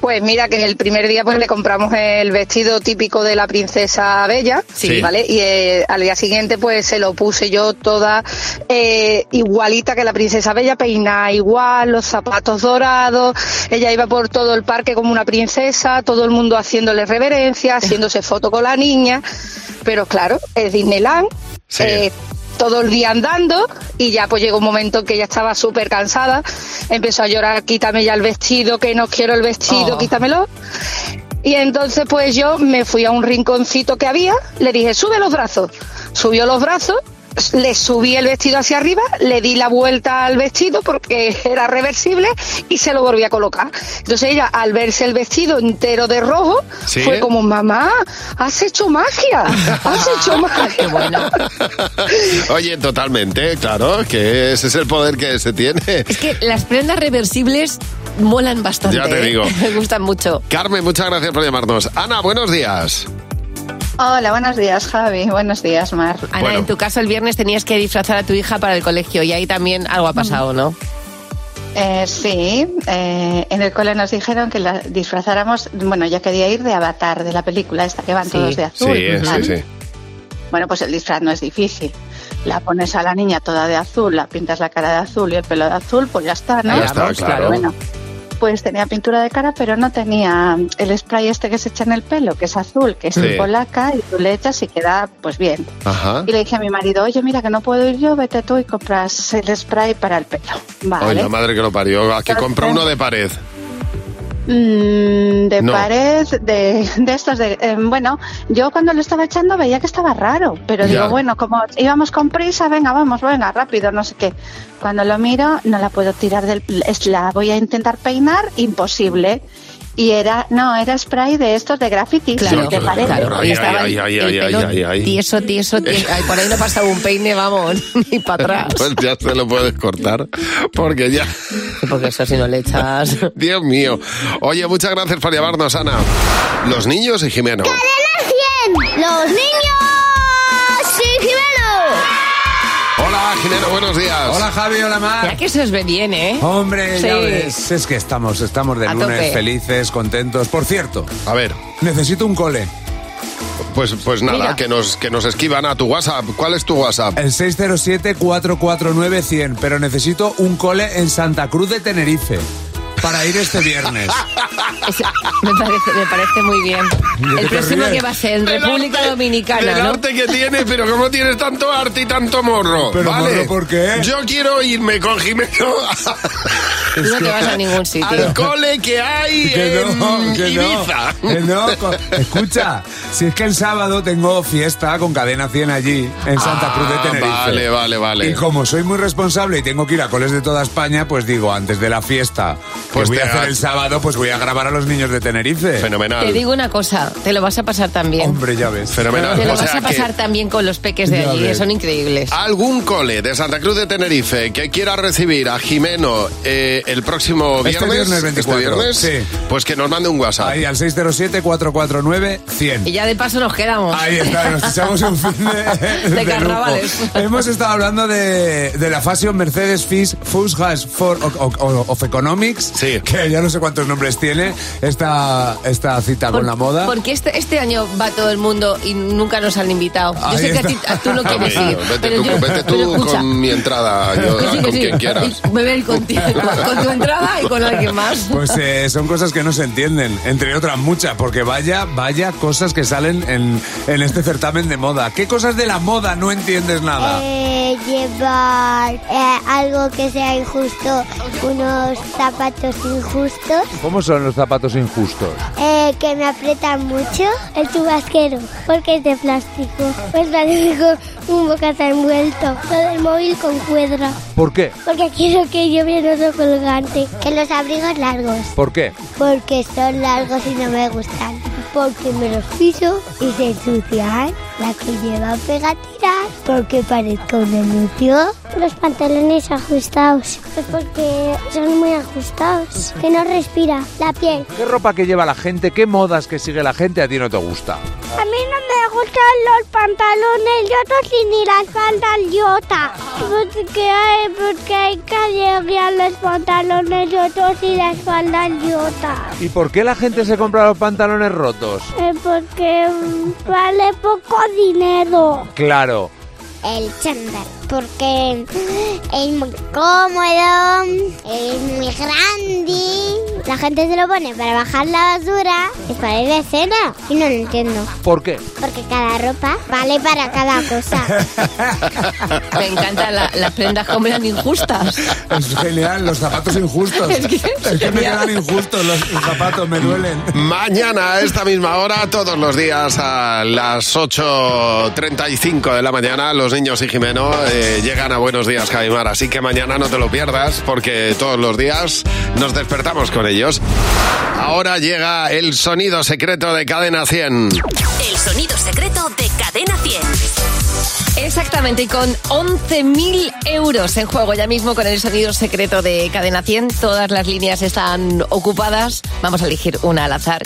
[SPEAKER 20] Pues mira que el primer día pues le compramos el vestido típico de la princesa Bella,
[SPEAKER 15] Sí.
[SPEAKER 20] ¿vale? Y eh, al día siguiente pues se lo puse yo toda eh, igualita que la princesa Bella, peinada igual, los zapatos dorados, ella iba por todo el parque como una princesa, todo el mundo haciéndole reverencia, haciéndose foto con la niña, pero claro, es Disneyland. eh, todo el día andando y ya pues llegó un momento que ella estaba súper cansada, empezó a llorar, quítame ya el vestido, que no quiero el vestido, quítamelo. Y entonces pues yo me fui a un rinconcito que había, le dije, sube los brazos. Subió los brazos, le subí el vestido hacia arriba, le di la vuelta al vestido porque era reversible y se lo volví a colocar. Entonces ella al verse el vestido entero de rojo
[SPEAKER 15] Sí.
[SPEAKER 20] fue como, mamá, has hecho magia, has hecho magia.
[SPEAKER 3] Oye, totalmente, claro, que ese es el poder que se tiene.
[SPEAKER 9] Es que las prendas reversibles molan bastante.
[SPEAKER 3] Ya te
[SPEAKER 9] ¿eh?
[SPEAKER 3] digo.
[SPEAKER 9] Me gustan mucho.
[SPEAKER 3] Carmen, muchas gracias por llamarnos. Ana, buenos días.
[SPEAKER 15] Hola, buenos días, Javi. Buenos días, Mar.
[SPEAKER 9] Ana, en tu caso el viernes tenías que disfrazar a tu hija para el colegio y ahí también algo ha pasado, ¿no?
[SPEAKER 15] Eh, sí, eh, en el cole nos dijeron que la disfrazáramos. Bueno, yo quería ir de Avatar, de la película esta que van todos de azul. ¿verdad? Bueno, pues el disfraz no es difícil. La pones a la niña toda de azul, la pintas la cara de azul y el pelo de azul, pues ya está, ¿no?
[SPEAKER 27] Ya está, Vamos, claro. claro.
[SPEAKER 15] Bueno, pues tenía pintura de cara, pero no tenía el spray este que se echa en el pelo, que es azul, que es
[SPEAKER 27] Sí.
[SPEAKER 15] polaca, y tú le echas y queda, pues bien.
[SPEAKER 27] Ajá.
[SPEAKER 15] Y le dije a mi marido, oye, mira que no puedo ir yo, vete tú y compras el spray para el pelo. Vale.
[SPEAKER 3] Ay, la madre que lo parió. Aquí compró uno de pared.
[SPEAKER 15] Mm, de
[SPEAKER 3] No.
[SPEAKER 15] pared, de, de estos, de, eh, bueno, yo cuando lo estaba echando veía que estaba raro, pero
[SPEAKER 27] Ya.
[SPEAKER 15] digo, bueno, como íbamos con prisa, venga, vamos, venga, rápido, no sé qué. Cuando lo miro, no la puedo tirar del, es- la voy a intentar peinar, imposible. Y era, no, era spray de estos de graffiti,
[SPEAKER 9] Claro,
[SPEAKER 15] de pared.
[SPEAKER 9] claro.
[SPEAKER 3] Ay,
[SPEAKER 9] Y estaba
[SPEAKER 3] ay, ay,
[SPEAKER 9] el
[SPEAKER 3] ay,
[SPEAKER 9] pelo
[SPEAKER 3] ay, ay, ay.
[SPEAKER 9] Tieso, tieso, tieso. Ay, por ahí no pasaba un peine, vamos, ni para atrás.
[SPEAKER 3] Pues ya se lo puedes cortar, porque ya...
[SPEAKER 9] Porque eso si no le echas...
[SPEAKER 3] Dios mío. Oye, muchas gracias por llamarnos, Ana. Los niños y Jimeno.
[SPEAKER 15] ¡Los niños! ¡Sí,
[SPEAKER 3] Hola, Jimeno, buenos días.
[SPEAKER 4] Hola, Javi, hola, Mar.
[SPEAKER 9] Ya que se os ve bien, ¿eh?
[SPEAKER 4] Hombre,
[SPEAKER 9] Sí.
[SPEAKER 4] ya ves, es que estamos, estamos de
[SPEAKER 9] A
[SPEAKER 4] lunes
[SPEAKER 9] tope.
[SPEAKER 4] felices, contentos. Por cierto,
[SPEAKER 3] a ver,
[SPEAKER 4] necesito un cole.
[SPEAKER 3] Pues, pues nada,
[SPEAKER 4] Mira.
[SPEAKER 3] que nos, que nos esquivan a tu WhatsApp. ¿Cuál es tu WhatsApp?
[SPEAKER 4] El 607-449-100, pero necesito un cole en Santa Cruz de Tenerife. para ir este viernes.
[SPEAKER 9] Eso me, parece, me parece muy bien.
[SPEAKER 4] ¿De qué
[SPEAKER 9] El
[SPEAKER 4] te
[SPEAKER 9] próximo
[SPEAKER 4] ríes?
[SPEAKER 9] que va a ser en República Dominicana,
[SPEAKER 3] Del
[SPEAKER 9] ¿no?
[SPEAKER 3] arte que tienes, pero ¿cómo tienes tanto arte y tanto morro?
[SPEAKER 4] Pero,
[SPEAKER 3] ¿Vale?
[SPEAKER 4] morro, ¿por qué?
[SPEAKER 3] Yo quiero irme con Jimeno
[SPEAKER 9] Tú no te vas a ningún sitio.
[SPEAKER 3] al cole que hay
[SPEAKER 4] Que no,
[SPEAKER 3] en
[SPEAKER 4] que
[SPEAKER 3] Ibiza.
[SPEAKER 4] no, que no. co- Escucha, si es que el sábado tengo fiesta con Cadena 100 allí, en Santa
[SPEAKER 3] Ah,
[SPEAKER 4] Cruz de Tenerife.
[SPEAKER 3] vale, vale, vale.
[SPEAKER 4] Y como soy muy responsable y tengo que ir a coles de toda España, pues digo, antes de la fiesta, pues
[SPEAKER 3] Pues
[SPEAKER 4] voy
[SPEAKER 3] te
[SPEAKER 4] a hacer
[SPEAKER 3] has-
[SPEAKER 4] el sábado, pues voy a grabar a los niños de Tenerife.
[SPEAKER 3] Fenomenal.
[SPEAKER 9] Te digo una cosa, te lo vas a pasar también.
[SPEAKER 4] Hombre, ya ves.
[SPEAKER 3] Fenomenal.
[SPEAKER 9] Te lo
[SPEAKER 3] O
[SPEAKER 9] vas
[SPEAKER 3] sea
[SPEAKER 9] a pasar
[SPEAKER 3] que
[SPEAKER 9] también con los peques de
[SPEAKER 3] Ya
[SPEAKER 9] allí,
[SPEAKER 3] ves.
[SPEAKER 9] que son increíbles.
[SPEAKER 3] algún cole de Santa Cruz de Tenerife que quiera recibir a Jimeno eh, el próximo
[SPEAKER 4] Este
[SPEAKER 3] viernes,
[SPEAKER 4] viernes 24,
[SPEAKER 3] este viernes, pues que nos mande un WhatsApp.
[SPEAKER 4] Ahí al 607-449-100.
[SPEAKER 9] Y ya de paso nos quedamos.
[SPEAKER 4] Ahí está, nos echamos un fin de,
[SPEAKER 9] De
[SPEAKER 4] lujo.
[SPEAKER 9] carnavales.
[SPEAKER 4] Hemos estado hablando de, de la Fashion Mercedes Fis Fusgas for o- o- of Economics, que ya no sé cuántos nombres tiene esta, esta cita con la moda.
[SPEAKER 9] Porque este, este año va todo el mundo y nunca nos han invitado. Yo
[SPEAKER 4] Ahí
[SPEAKER 9] sé que a,
[SPEAKER 4] está.
[SPEAKER 9] ti, a tú no
[SPEAKER 3] Ah,
[SPEAKER 9] quieres
[SPEAKER 3] bueno,
[SPEAKER 9] ir.
[SPEAKER 3] vete
[SPEAKER 9] pero
[SPEAKER 3] tú,
[SPEAKER 9] yo-
[SPEAKER 3] vete tú
[SPEAKER 9] pero escucha,
[SPEAKER 3] con mi entrada, yo,
[SPEAKER 9] que sí, que
[SPEAKER 3] con
[SPEAKER 9] sí.
[SPEAKER 3] quien quieras.
[SPEAKER 9] Y me ven contigo, con tu entrada y con alguien más.
[SPEAKER 4] Pues eh, son cosas que no se entienden, entre otras muchas, porque vaya, vaya cosas que salen en, en este certamen de moda. ¿Qué cosas de la moda no entiendes nada?
[SPEAKER 27] Eh, llevar eh, algo que sea injusto, unos zapatos injustos,
[SPEAKER 4] ¿Cómo son los zapatos injustos?
[SPEAKER 27] eh, que me aprietan mucho, el chubasquero, porque es de plástico. Pues digo un bocata envuelto, todo el móvil con cuadra,
[SPEAKER 4] ¿Por qué?
[SPEAKER 27] porque quiero que lleve en otro colgante. Que los abrigos largos,
[SPEAKER 4] ¿Por qué?
[SPEAKER 27] porque son largos y no me gustan, porque me los piso y se ensucian. La que lleva pegatinas, porque parezco un enutio. Los pantalones ajustados, pues porque son muy ajustados, que no respira la piel.
[SPEAKER 4] ¿Qué ropa que lleva la gente, qué modas que sigue la gente a ti no te gusta?
[SPEAKER 27] A mí no me gustan los pantalones yotos y ni las faldas yotas. Porque hay, porque hay que llevar los pantalones yotos y las faldas yotas.
[SPEAKER 4] ¿Y por qué la gente se compra los pantalones rotos?
[SPEAKER 27] Eh, porque mm, vale poco dinero.
[SPEAKER 4] Claro.
[SPEAKER 27] El chándal, porque es muy cómodo, es muy grande. La gente se lo pone para bajar la basura, es para ir de cena. Y no lo entiendo.
[SPEAKER 4] ¿Por qué?
[SPEAKER 27] Porque cada ropa vale para cada cosa.
[SPEAKER 9] Me encantan la- las prendas como eran injustas.
[SPEAKER 4] Es genial, los zapatos injustos.
[SPEAKER 9] Es que-
[SPEAKER 4] me quedan injustos los zapatos, me duelen.
[SPEAKER 3] Mañana a esta misma hora, todos los días a las 8.35 de la mañana, los niños y Jimeno eh, llegan a Buenos Días, Javimar. Así que mañana no te lo pierdas porque todos los días nos despertamos con ellos. Ahora llega el sonido secreto de Cadena 100.
[SPEAKER 28] El sonido secreto de Cadena 100.
[SPEAKER 9] Exactamente, y con 11.000 euros en juego ya mismo con el sonido secreto de Cadena 100. Todas las líneas están ocupadas. Vamos a elegir una al azar.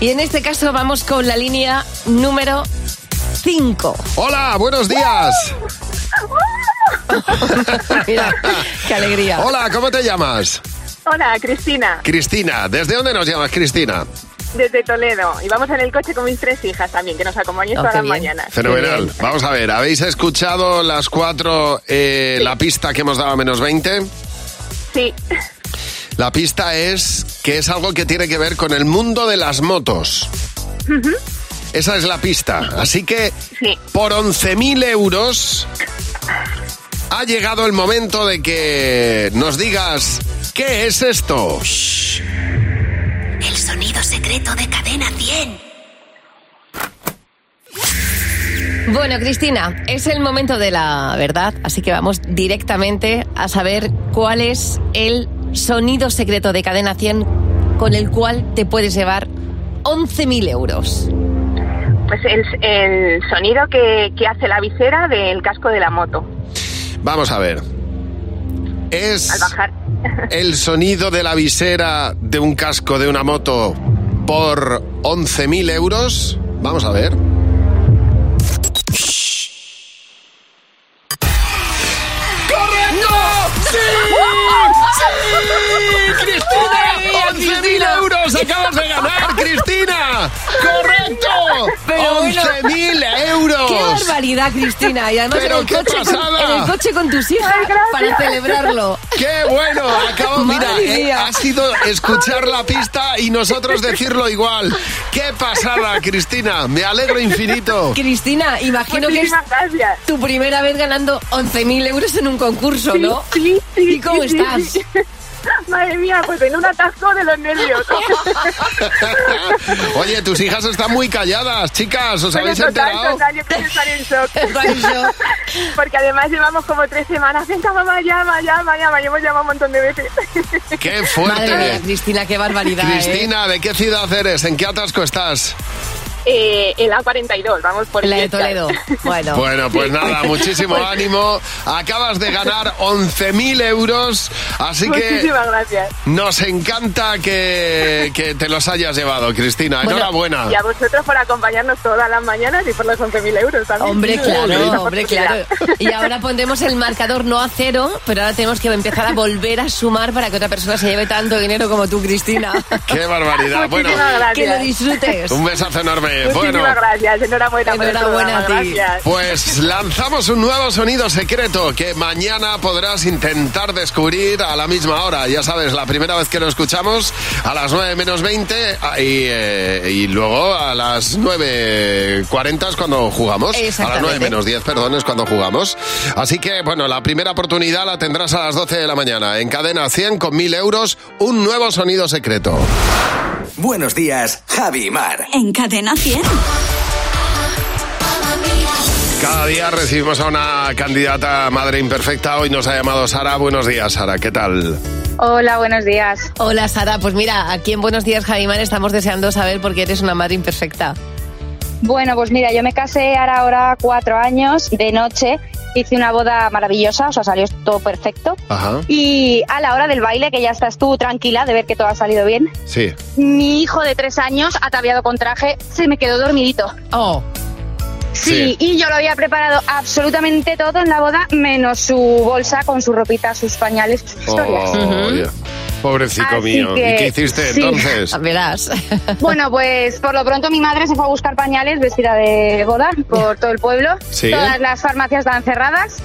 [SPEAKER 9] Y en este caso vamos con la línea número 5.
[SPEAKER 3] Hola, buenos días.
[SPEAKER 9] Mira, qué alegría.
[SPEAKER 3] Hola, ¿cómo te llamas?
[SPEAKER 14] Hola, Cristina,
[SPEAKER 3] Cristina, ¿desde dónde nos llamas, Cristina?
[SPEAKER 14] desde Toledo. Y vamos en el coche con mis tres hijas también, que nos acompañéis
[SPEAKER 3] Oh,
[SPEAKER 14] todas
[SPEAKER 3] qué
[SPEAKER 14] las
[SPEAKER 3] bien.
[SPEAKER 14] mañanas.
[SPEAKER 3] Fenomenal. Vamos a ver, ¿habéis escuchado las cuatro, eh, la pista que hemos dado a menos 20?
[SPEAKER 14] Sí,
[SPEAKER 3] La pista es que es algo que tiene que ver con el mundo de las motos. Esa es la pista. Así que por 11.000 euros ha llegado el momento de que nos digas qué es esto.
[SPEAKER 28] El sonido secreto de Cadena 100.
[SPEAKER 9] Bueno, Cristina, es el momento de la verdad, así que vamos directamente a saber cuál es el sonido secreto de Cadena 100 con el cual te puedes llevar 11.000 euros.
[SPEAKER 14] pues
[SPEAKER 19] eh,
[SPEAKER 14] el, el sonido que, que hace la visera del casco de la moto
[SPEAKER 3] Vamos a ver. Es
[SPEAKER 14] al bajar.
[SPEAKER 3] el sonido de la visera de un casco de una moto por 11.000 euros. Vamos a ver.
[SPEAKER 14] ¡Correcto!
[SPEAKER 3] ¡Sí!
[SPEAKER 14] ¡Sí!
[SPEAKER 3] ¡Cristina! ¡11.000 euros acabas de ganar, Cristina! ¡Correcto!
[SPEAKER 14] Pero bueno.
[SPEAKER 3] ¡11.000 euros!
[SPEAKER 14] ¡Qué
[SPEAKER 9] barbaridad, Cristina. Y además
[SPEAKER 3] Pero
[SPEAKER 9] en, el
[SPEAKER 3] qué
[SPEAKER 9] coche con,
[SPEAKER 3] pasada.
[SPEAKER 9] en el coche con tus hijas
[SPEAKER 3] Ay, gracias.
[SPEAKER 9] para celebrarlo.
[SPEAKER 3] ¡Qué bueno! Acabo,
[SPEAKER 9] Madre
[SPEAKER 3] mira, eh,
[SPEAKER 9] mía.
[SPEAKER 3] ha sido escuchar la pista y nosotros decirlo igual. ¡Qué pasada, Cristina! Me alegro infinito.
[SPEAKER 9] Cristina, imagino que es tu primera vez ganando 11.000 euros en un concurso,
[SPEAKER 14] Sí,
[SPEAKER 9] ¿no?
[SPEAKER 14] sí, sí,
[SPEAKER 9] ¿Y cómo
[SPEAKER 14] sí, sí,
[SPEAKER 9] estás?
[SPEAKER 14] sí. Madre mía, pues en un atasco de los nervios.
[SPEAKER 3] Oye, tus hijas están muy calladas, chicas, ¿os
[SPEAKER 14] Bueno,
[SPEAKER 3] habéis
[SPEAKER 14] total,
[SPEAKER 3] enterado?
[SPEAKER 14] total, yo creo que están en shock.
[SPEAKER 9] Están en shock.
[SPEAKER 14] Porque además llevamos como tres semanas. Venga, mamá, llama, llama, llama. Y hemos llamado un montón de veces.
[SPEAKER 3] ¡Qué fuerte!
[SPEAKER 9] Madre mía, Cristina, qué barbaridad. ¿eh?
[SPEAKER 3] Cristina, ¿de qué ciudad eres? ¿En qué atasco estás?
[SPEAKER 14] Eh, el A42, vamos por
[SPEAKER 9] La de
[SPEAKER 14] fiestas.
[SPEAKER 9] Toledo. Bueno.
[SPEAKER 3] Bueno, pues nada, muchísimo
[SPEAKER 14] Pues-
[SPEAKER 3] ánimo. Acabas de ganar 11.000 euros, así que
[SPEAKER 14] Muchísimas gracias.
[SPEAKER 3] nos encanta que, que te los hayas llevado, Cristina. Enhorabuena.
[SPEAKER 14] Y a vosotros por acompañarnos todas las mañanas y por los 11.000 euros también.
[SPEAKER 9] Hombre,
[SPEAKER 14] Sin duda, por esa
[SPEAKER 9] claro, hombre, claro.
[SPEAKER 14] oportunidad.
[SPEAKER 9] Y ahora pondremos el marcador no a cero, pero ahora tenemos que empezar a volver a sumar para que otra persona se lleve tanto dinero como tú, Cristina.
[SPEAKER 3] ¡Qué barbaridad! Bueno,
[SPEAKER 9] Que lo disfrutes.
[SPEAKER 3] un besazo
[SPEAKER 14] Muchísimas
[SPEAKER 3] enorme. Eh, Bueno.
[SPEAKER 14] gracias. Enhorabuena, por el
[SPEAKER 9] Enhorabuena
[SPEAKER 14] programa,
[SPEAKER 9] a ti.
[SPEAKER 14] Gracias.
[SPEAKER 3] Pues lanzamos un nuevo sonido secreto que mañana podrás intentar descubrir a la misma hora. Ya sabes, la primera vez que lo escuchamos a las 9 menos 20 ah, y, eh, y luego a las 9.40 es cuando jugamos. A las 9
[SPEAKER 9] Exactamente.
[SPEAKER 3] menos 10, perdón, es cuando jugamos. Así que, bueno, la primera oportunidad la tendrás a las 12 de la mañana. En cadena 100 con 1000 euros, un nuevo sonido secreto.
[SPEAKER 2] Buenos días, Javi y Mar.
[SPEAKER 1] En cadena 100.
[SPEAKER 3] Cada día recibimos a una candidata madre imperfecta. Hoy nos ha llamado Sara. Buenos días, Sara. ¿Qué tal?
[SPEAKER 9] Hola, buenos días. Hola, Sara. Pues mira, aquí en Buenos Días, Javimán, estamos deseando saber por qué eres una madre imperfecta.
[SPEAKER 19] Bueno, pues mira, yo me casé ahora, ahora cuatro años de noche. Hice una boda maravillosa, o sea, salió todo perfecto.
[SPEAKER 3] Ajá.
[SPEAKER 19] Y a la hora del baile, que ya estás tú tranquila de ver que todo ha salido bien,
[SPEAKER 3] Sí.
[SPEAKER 19] mi hijo de tres años, ataviado con traje, se me quedó dormidito.
[SPEAKER 9] Oh.
[SPEAKER 19] Sí,
[SPEAKER 9] Sí.
[SPEAKER 19] y yo lo había preparado absolutamente todo en la boda, menos su bolsa con su ropita, sus pañales, sus historias.
[SPEAKER 3] Oh, ya. Pobrecito
[SPEAKER 19] Así
[SPEAKER 3] mío.
[SPEAKER 19] que,
[SPEAKER 3] ¿Y qué hiciste
[SPEAKER 19] sí.
[SPEAKER 3] entonces?
[SPEAKER 9] Verás.
[SPEAKER 19] Bueno, pues por lo pronto mi madre se fue a buscar pañales vestida de boda por todo el pueblo.
[SPEAKER 3] Sí.
[SPEAKER 19] Todas las farmacias estaban cerradas.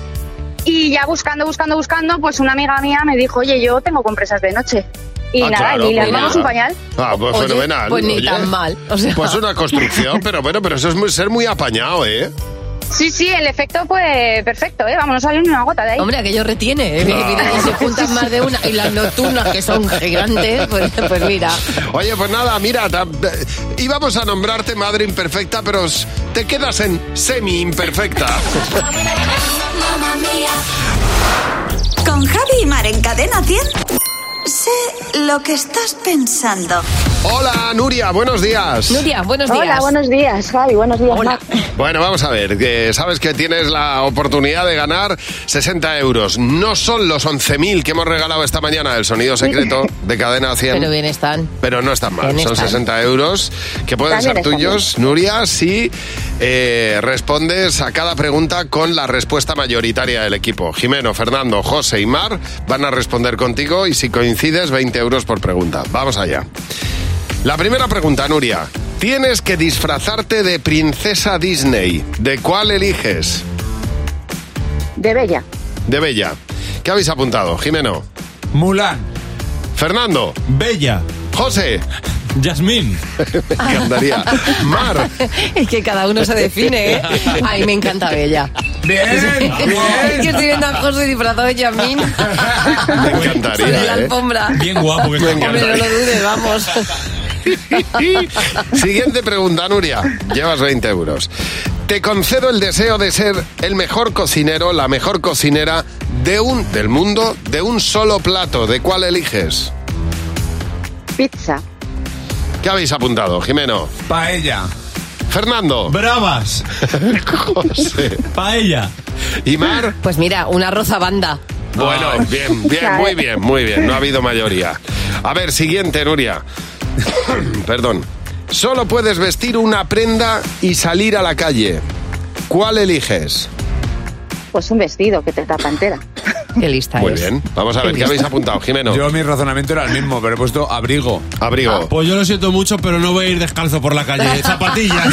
[SPEAKER 19] Y ya buscando, buscando, buscando, pues una amiga mía me dijo, oye, yo tengo compresas de noche. Y
[SPEAKER 3] Ah,
[SPEAKER 19] nada,
[SPEAKER 3] claro,
[SPEAKER 19] y le
[SPEAKER 3] pues
[SPEAKER 19] armamos
[SPEAKER 3] nada.
[SPEAKER 19] un pañal.
[SPEAKER 3] Ah, pues
[SPEAKER 19] Oye,
[SPEAKER 3] fenomenal.
[SPEAKER 19] pues ni
[SPEAKER 3] Oye,
[SPEAKER 19] tan
[SPEAKER 9] mal, o sea.
[SPEAKER 3] Pues una construcción, pero bueno, pero eso es muy, ser muy apañado, ¿eh?
[SPEAKER 19] Sí, sí, el efecto fue perfecto, ¿eh? Vamos, no salió ni una gota de ahí.
[SPEAKER 9] Hombre, aquello retiene. ¿eh?
[SPEAKER 3] Claro.
[SPEAKER 9] Si juntas más de una y las nocturnas, que son gigantes, pues, pues mira.
[SPEAKER 3] Oye, pues nada, mira, ta- eh, íbamos a nombrarte madre imperfecta, pero s- te quedas en semi-imperfecta.
[SPEAKER 1] Con Javi y Mar en cadena 100. Sé lo que estás pensando.
[SPEAKER 3] Hola, Nuria, buenos días.
[SPEAKER 9] buenos
[SPEAKER 1] días.
[SPEAKER 10] Hola, buenos días, Javi, buenos días, Mar.
[SPEAKER 3] Bueno, vamos a ver, que sabes que tienes la oportunidad de ganar 60 euros. No son los 11.000 que hemos regalado esta mañana del sonido secreto de cadena 100.
[SPEAKER 9] Pero bien están.
[SPEAKER 3] Pero no están mal,
[SPEAKER 9] Bien
[SPEAKER 3] son
[SPEAKER 9] están.
[SPEAKER 3] 60 euros que pueden
[SPEAKER 9] También
[SPEAKER 3] ser
[SPEAKER 9] están
[SPEAKER 3] tuyos, Nuria, si eh, respondes a cada pregunta con la respuesta mayoritaria del equipo. Jimeno, Fernando, José y Mar van a responder contigo y si coincides, 20 euros por pregunta. Vamos allá. La primera pregunta, Nuria. Tienes que disfrazarte de princesa Disney. ¿De cuál eliges?
[SPEAKER 10] De Bella.
[SPEAKER 3] De Bella. ¿Qué habéis apuntado, Jimeno?
[SPEAKER 4] Mulan.
[SPEAKER 3] Fernando.
[SPEAKER 5] Bella.
[SPEAKER 3] José.
[SPEAKER 25] Yasmín.
[SPEAKER 3] Me encantaría. Mar.
[SPEAKER 9] Es que cada uno se define, ¿eh? Ay, me encanta Bella.
[SPEAKER 4] Bien,
[SPEAKER 9] Es que estoy viendo a José disfrazado de Yasmín.
[SPEAKER 3] Me
[SPEAKER 9] En la
[SPEAKER 3] encantaría. ¿eh?
[SPEAKER 9] alfombra.
[SPEAKER 25] Bien guapo que
[SPEAKER 3] Me
[SPEAKER 9] Hombre, no
[SPEAKER 3] encantaría.
[SPEAKER 9] lo dudes, vamos.
[SPEAKER 3] Siguiente pregunta, Nuria. Llevas 20 euros. Te concedo el deseo de ser el mejor cocinero, la mejor cocinera de un, del mundo de un solo plato. ¿De cuál eliges?
[SPEAKER 10] Pizza.
[SPEAKER 3] ¿Qué habéis apuntado, Jimeno?
[SPEAKER 4] Paella.
[SPEAKER 3] Fernando.
[SPEAKER 5] Bravas.
[SPEAKER 3] José.
[SPEAKER 25] Paella.
[SPEAKER 3] ¿Y Mar?
[SPEAKER 9] Pues mira, una rozabanda.
[SPEAKER 3] Bueno, bien, bien, muy bien, muy bien. No ha habido mayoría. A ver, siguiente, Nuria. Perdón. Solo puedes vestir una prenda y salir a la calle. ¿Cuál eliges?
[SPEAKER 10] Pues un vestido que te tapa entera.
[SPEAKER 9] Qué lista
[SPEAKER 3] Muy
[SPEAKER 9] es.
[SPEAKER 3] bien. Vamos a ver, ¿qué habéis apuntado, Jimeno?
[SPEAKER 4] Yo mi razonamiento era el mismo, pero he puesto abrigo.
[SPEAKER 3] Abrigo.
[SPEAKER 5] Pues yo lo siento mucho, pero no voy a ir descalzo por la calle. Zapatillas.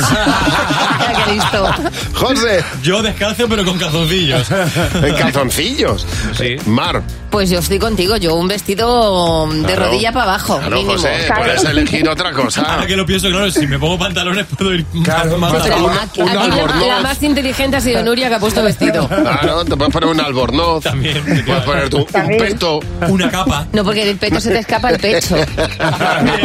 [SPEAKER 9] Qué listo.
[SPEAKER 3] José.
[SPEAKER 25] Yo descalzo, pero con calzoncillos.
[SPEAKER 3] ¿En calzoncillos? Sí. Mar.
[SPEAKER 9] Pues yo estoy contigo, yo un vestido de
[SPEAKER 3] Claro.
[SPEAKER 9] rodilla para abajo.
[SPEAKER 3] Claro,
[SPEAKER 9] mínimo.
[SPEAKER 3] José, puedes elegir otra cosa.
[SPEAKER 25] Ahora que lo pienso, claro, si me pongo pantalones puedo ir claro, más,
[SPEAKER 9] Pero
[SPEAKER 25] tapado.
[SPEAKER 9] aquí- aquí Ah, la- la más inteligente ha sido Nuria que ha puesto vestido.
[SPEAKER 3] Claro, te puedes poner un albornoz. También. Puedes poner tú un peto.
[SPEAKER 25] Una capa.
[SPEAKER 9] No, porque del pecho se te escapa el pecho.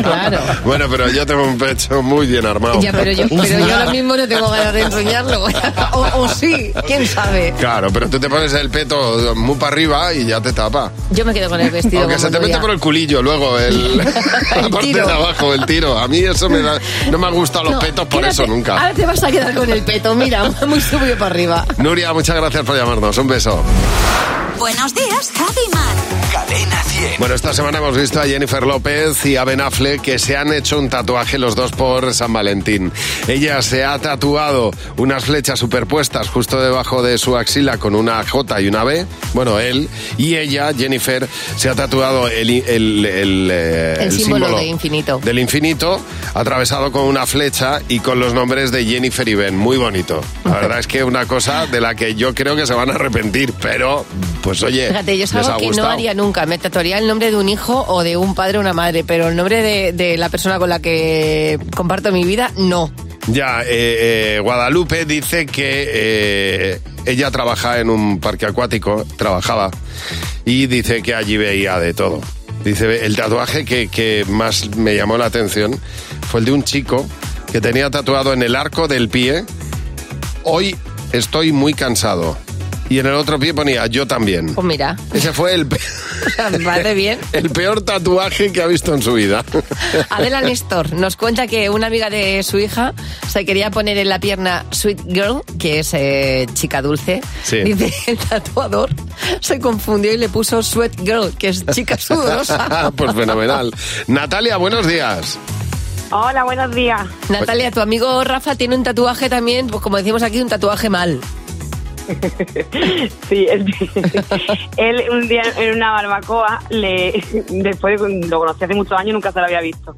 [SPEAKER 9] Claro.
[SPEAKER 3] Bueno, pero yo tengo un pecho muy bien armado.
[SPEAKER 9] Ya, pero yo, pero yo ahora mismo no tengo ganas de enseñarlo. O, o sí, quién sabe.
[SPEAKER 3] Claro, pero tú te pones el peto muy para arriba y ya te tapa.
[SPEAKER 9] Yo me quedo con el vestido.
[SPEAKER 3] Aunque
[SPEAKER 9] como
[SPEAKER 3] se te mete
[SPEAKER 9] Nuria.
[SPEAKER 3] por el culillo luego el, la parte
[SPEAKER 9] tiro.
[SPEAKER 3] de abajo, el tiro. A mí eso me da, no me han gustado los
[SPEAKER 9] No,
[SPEAKER 3] petos por
[SPEAKER 9] quédate-
[SPEAKER 3] eso nunca.
[SPEAKER 9] Ahora te vas a quedar con el peto, mira, muy subido para arriba.
[SPEAKER 3] Nuria, muchas gracias por llamarnos. Un beso.
[SPEAKER 1] Buenos días, Javi Mar. Cadena 100.
[SPEAKER 3] Bueno, esta semana hemos visto a Jennifer López y a Ben Affleck que se han hecho un tatuaje los dos por San Valentín. Ella se ha tatuado unas flechas superpuestas justo debajo de su axila con una J y una B. Bueno, él y ella, Jennifer, se ha tatuado el, el- el, eh,
[SPEAKER 9] El,
[SPEAKER 3] el
[SPEAKER 9] símbolo, de infinito.
[SPEAKER 3] del infinito atravesado con una flecha y con los nombres de Jennifer y Ben. Muy bonito. La verdad es que una cosa de la que yo creo que se van a arrepentir, pero pues oye,
[SPEAKER 9] Fíjate, yo es
[SPEAKER 3] les
[SPEAKER 9] algo
[SPEAKER 3] ha
[SPEAKER 9] que no
[SPEAKER 3] gustado.
[SPEAKER 9] haría nunca. Me tatuaría el nombre de un hijo o de un padre o una madre, pero el nombre de, de la persona con la que comparto mi vida, no.
[SPEAKER 3] Ya, eh, eh, Guadalupe dice que eh, ella trabaja en un parque acuático, trabajaba, y dice que allí veía de todo. Dice, el tatuaje que, que más me llamó la atención fue el de un chico que tenía tatuado en el arco del pie, hoy estoy muy cansado. Y en el otro pie ponía, yo también.
[SPEAKER 9] Pues mira,
[SPEAKER 3] Ese fue el, pe-
[SPEAKER 9] vale bien.
[SPEAKER 3] el peor tatuaje que ha visto en su vida.
[SPEAKER 9] Adela Nestor nos cuenta que una amiga de su hija se quería poner en la pierna Sweet Girl, que es eh, chica dulce.
[SPEAKER 3] Sí.
[SPEAKER 9] Dice, el tatuador se confundió y le puso Sweat Girl, que es chica sudorosa.
[SPEAKER 3] pues fenomenal. Natalia, buenos días.
[SPEAKER 9] Hola, buenos días. Natalia, tu amigo Rafa tiene un tatuaje también, pues como decimos aquí, un tatuaje mal.
[SPEAKER 10] Sí, él, él un día en una barbacoa, le, después de- lo conocí hace muchos años, nunca se lo había visto.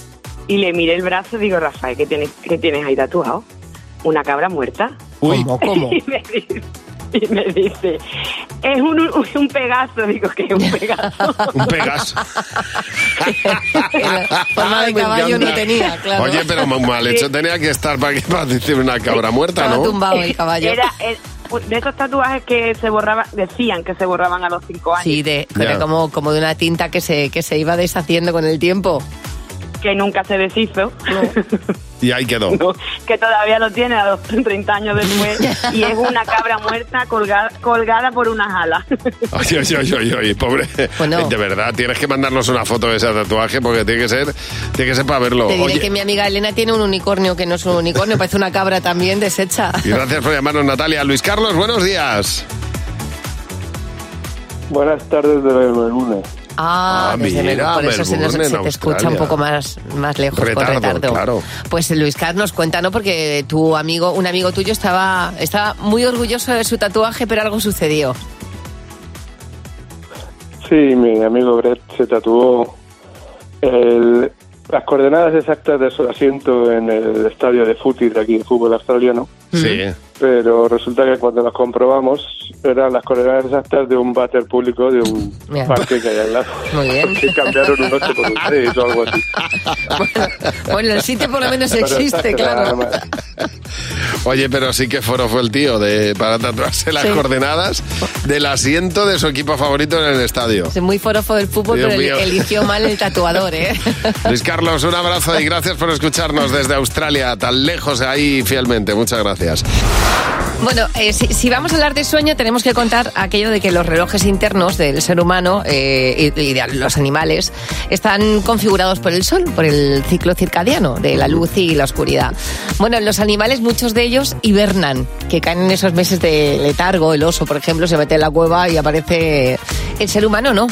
[SPEAKER 10] Y le miré el brazo y digo, Rafael, ¿qué tienes, qué tienes ahí tatuado? ¿Una cabra muerta?
[SPEAKER 9] ¿Cómo, cómo?
[SPEAKER 10] Y me dice, y me dice, es un, un, un pegaso. Digo, que es un pegaso?
[SPEAKER 3] un pegaso.
[SPEAKER 9] Forma de
[SPEAKER 3] Ay, me
[SPEAKER 9] caballo
[SPEAKER 3] encanta.
[SPEAKER 9] no tenía, claro.
[SPEAKER 3] Oye, pero ma- mal hecho tenía que estar para, que- para decir una cabra muerta,
[SPEAKER 9] Estaba
[SPEAKER 3] ¿no?
[SPEAKER 9] tumbado el caballo.
[SPEAKER 10] Era, era de esos tatuajes que se borraban, decían que se borraban a los cinco años.
[SPEAKER 9] Sí, de, era
[SPEAKER 3] Ya.
[SPEAKER 9] como, como de una tinta que se, que se iba deshaciendo con el tiempo.
[SPEAKER 10] Que nunca se deshizo.
[SPEAKER 3] Y ahí quedó.
[SPEAKER 10] que todavía lo tiene a los 30 años después y es una cabra muerta colgada, colgada por unas alas.
[SPEAKER 3] Oye, oye, oye, oye, oye, pobre. De verdad, tienes que mandarnos una foto de ese tatuaje porque tiene que ser, tiene que ser para
[SPEAKER 29] Oh,
[SPEAKER 3] verlo.
[SPEAKER 9] Te diré
[SPEAKER 3] Oye,
[SPEAKER 9] que mi amiga Elena tiene un unicornio que no es un unicornio, parece una cabra también deshecha. Ah,
[SPEAKER 3] y gracias por llamarnos, Natalia. Luis Carlos, buenos días.
[SPEAKER 29] Buenas tardes de lunes.
[SPEAKER 9] Ah,
[SPEAKER 29] Ah,
[SPEAKER 9] desde
[SPEAKER 29] mira,
[SPEAKER 9] Melbourne, por eso se, nos-
[SPEAKER 29] Melbourne,
[SPEAKER 9] se
[SPEAKER 29] en
[SPEAKER 9] te escucha un
[SPEAKER 29] Australia.
[SPEAKER 9] poco más, más lejos
[SPEAKER 29] Retardo,
[SPEAKER 9] con Pues retardo.
[SPEAKER 29] claro.
[SPEAKER 9] Pues Luis Carlos, cuéntanos porque tu amigo, un amigo tuyo estaba, estaba muy orgulloso de su tatuaje, pero algo sucedió.
[SPEAKER 29] Sí, mi amigo Brett se tatuó el- las coordenadas exactas de su asiento en el estadio de fútbol de aquí, el fútbol australiano.
[SPEAKER 9] Mm.
[SPEAKER 3] Sí.
[SPEAKER 29] Pero resulta que cuando las comprobamos eran las coordenadas exactas de un váter público de un
[SPEAKER 9] Mira.
[SPEAKER 29] parque que hay al lado.
[SPEAKER 9] Muy bien.
[SPEAKER 29] Que cambiaron un 8 por un 6 o algo así.
[SPEAKER 9] Bueno, el sitio por lo menos
[SPEAKER 29] Pero
[SPEAKER 9] existe,
[SPEAKER 29] exacto, nada
[SPEAKER 9] claro.
[SPEAKER 29] más.
[SPEAKER 3] Oye, pero sí que foro fue el tío de, para tatuarse las
[SPEAKER 9] Sí.
[SPEAKER 3] coordenadas del asiento de su equipo favorito en el estadio.
[SPEAKER 9] Es muy forofo del fútbol,
[SPEAKER 3] Dios
[SPEAKER 9] pero el-
[SPEAKER 3] mío.
[SPEAKER 9] eligió mal el tatuador, ¿eh?
[SPEAKER 3] Luis Carlos, un abrazo y gracias por escucharnos desde Australia, tan lejos ahí fielmente. Muchas gracias.
[SPEAKER 9] Bueno, eh, si, si vamos a hablar de sueño, tenemos que contar aquello de que los relojes internos del ser humano eh, y, y de los animales están configurados por el sol, por el ciclo circadiano de la luz y la oscuridad. Bueno, en los animales muchos de ellos hibernan, que caen en esos meses de letargo. El oso, por ejemplo, se mete en la cueva y aparece. El ser humano no.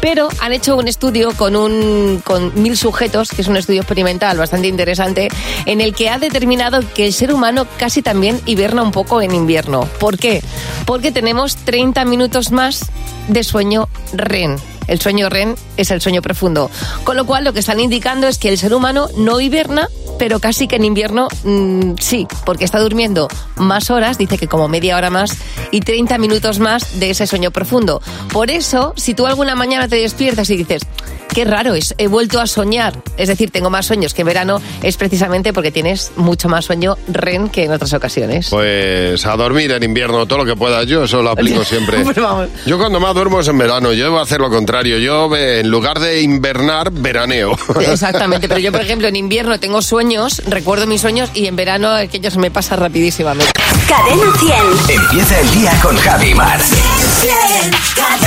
[SPEAKER 9] Pero han hecho un estudio con, un, con mil sujetos, que es un estudio experimental bastante interesante, en el que ha determinado que el ser humano casi también hiberna un poco en invierno. ¿Por qué? Porque tenemos 30 minutos más de sueño REN. El sueño REN es el sueño profundo. Con lo cual, lo que están indicando es que el ser humano no hiberna, pero casi que en invierno mm, sí, porque está durmiendo más horas, dice que como media hora más, y 30 minutos más de ese sueño profundo. Por eso, si tú alguna mañana te despiertas y dices, qué raro es, he vuelto a soñar, es decir, tengo más sueños que en verano, es precisamente porque tienes mucho más sueño REN que en otras ocasiones.
[SPEAKER 3] Pues a dormir en invierno, todo lo que pueda. Yo eso lo aplico siempre.
[SPEAKER 9] Pero vamos.
[SPEAKER 3] Yo cuando más duermo es en verano. Yo debo hacer lo contrario. Yo eh, en lugar de invernar, veraneo.
[SPEAKER 9] Exactamente, pero yo por ejemplo en invierno tengo sueños, recuerdo mis sueños y en verano aquello se me pasa rapidísimamente.
[SPEAKER 28] Cadena 100.
[SPEAKER 2] Empieza el día con Javi Mar.
[SPEAKER 28] Cadena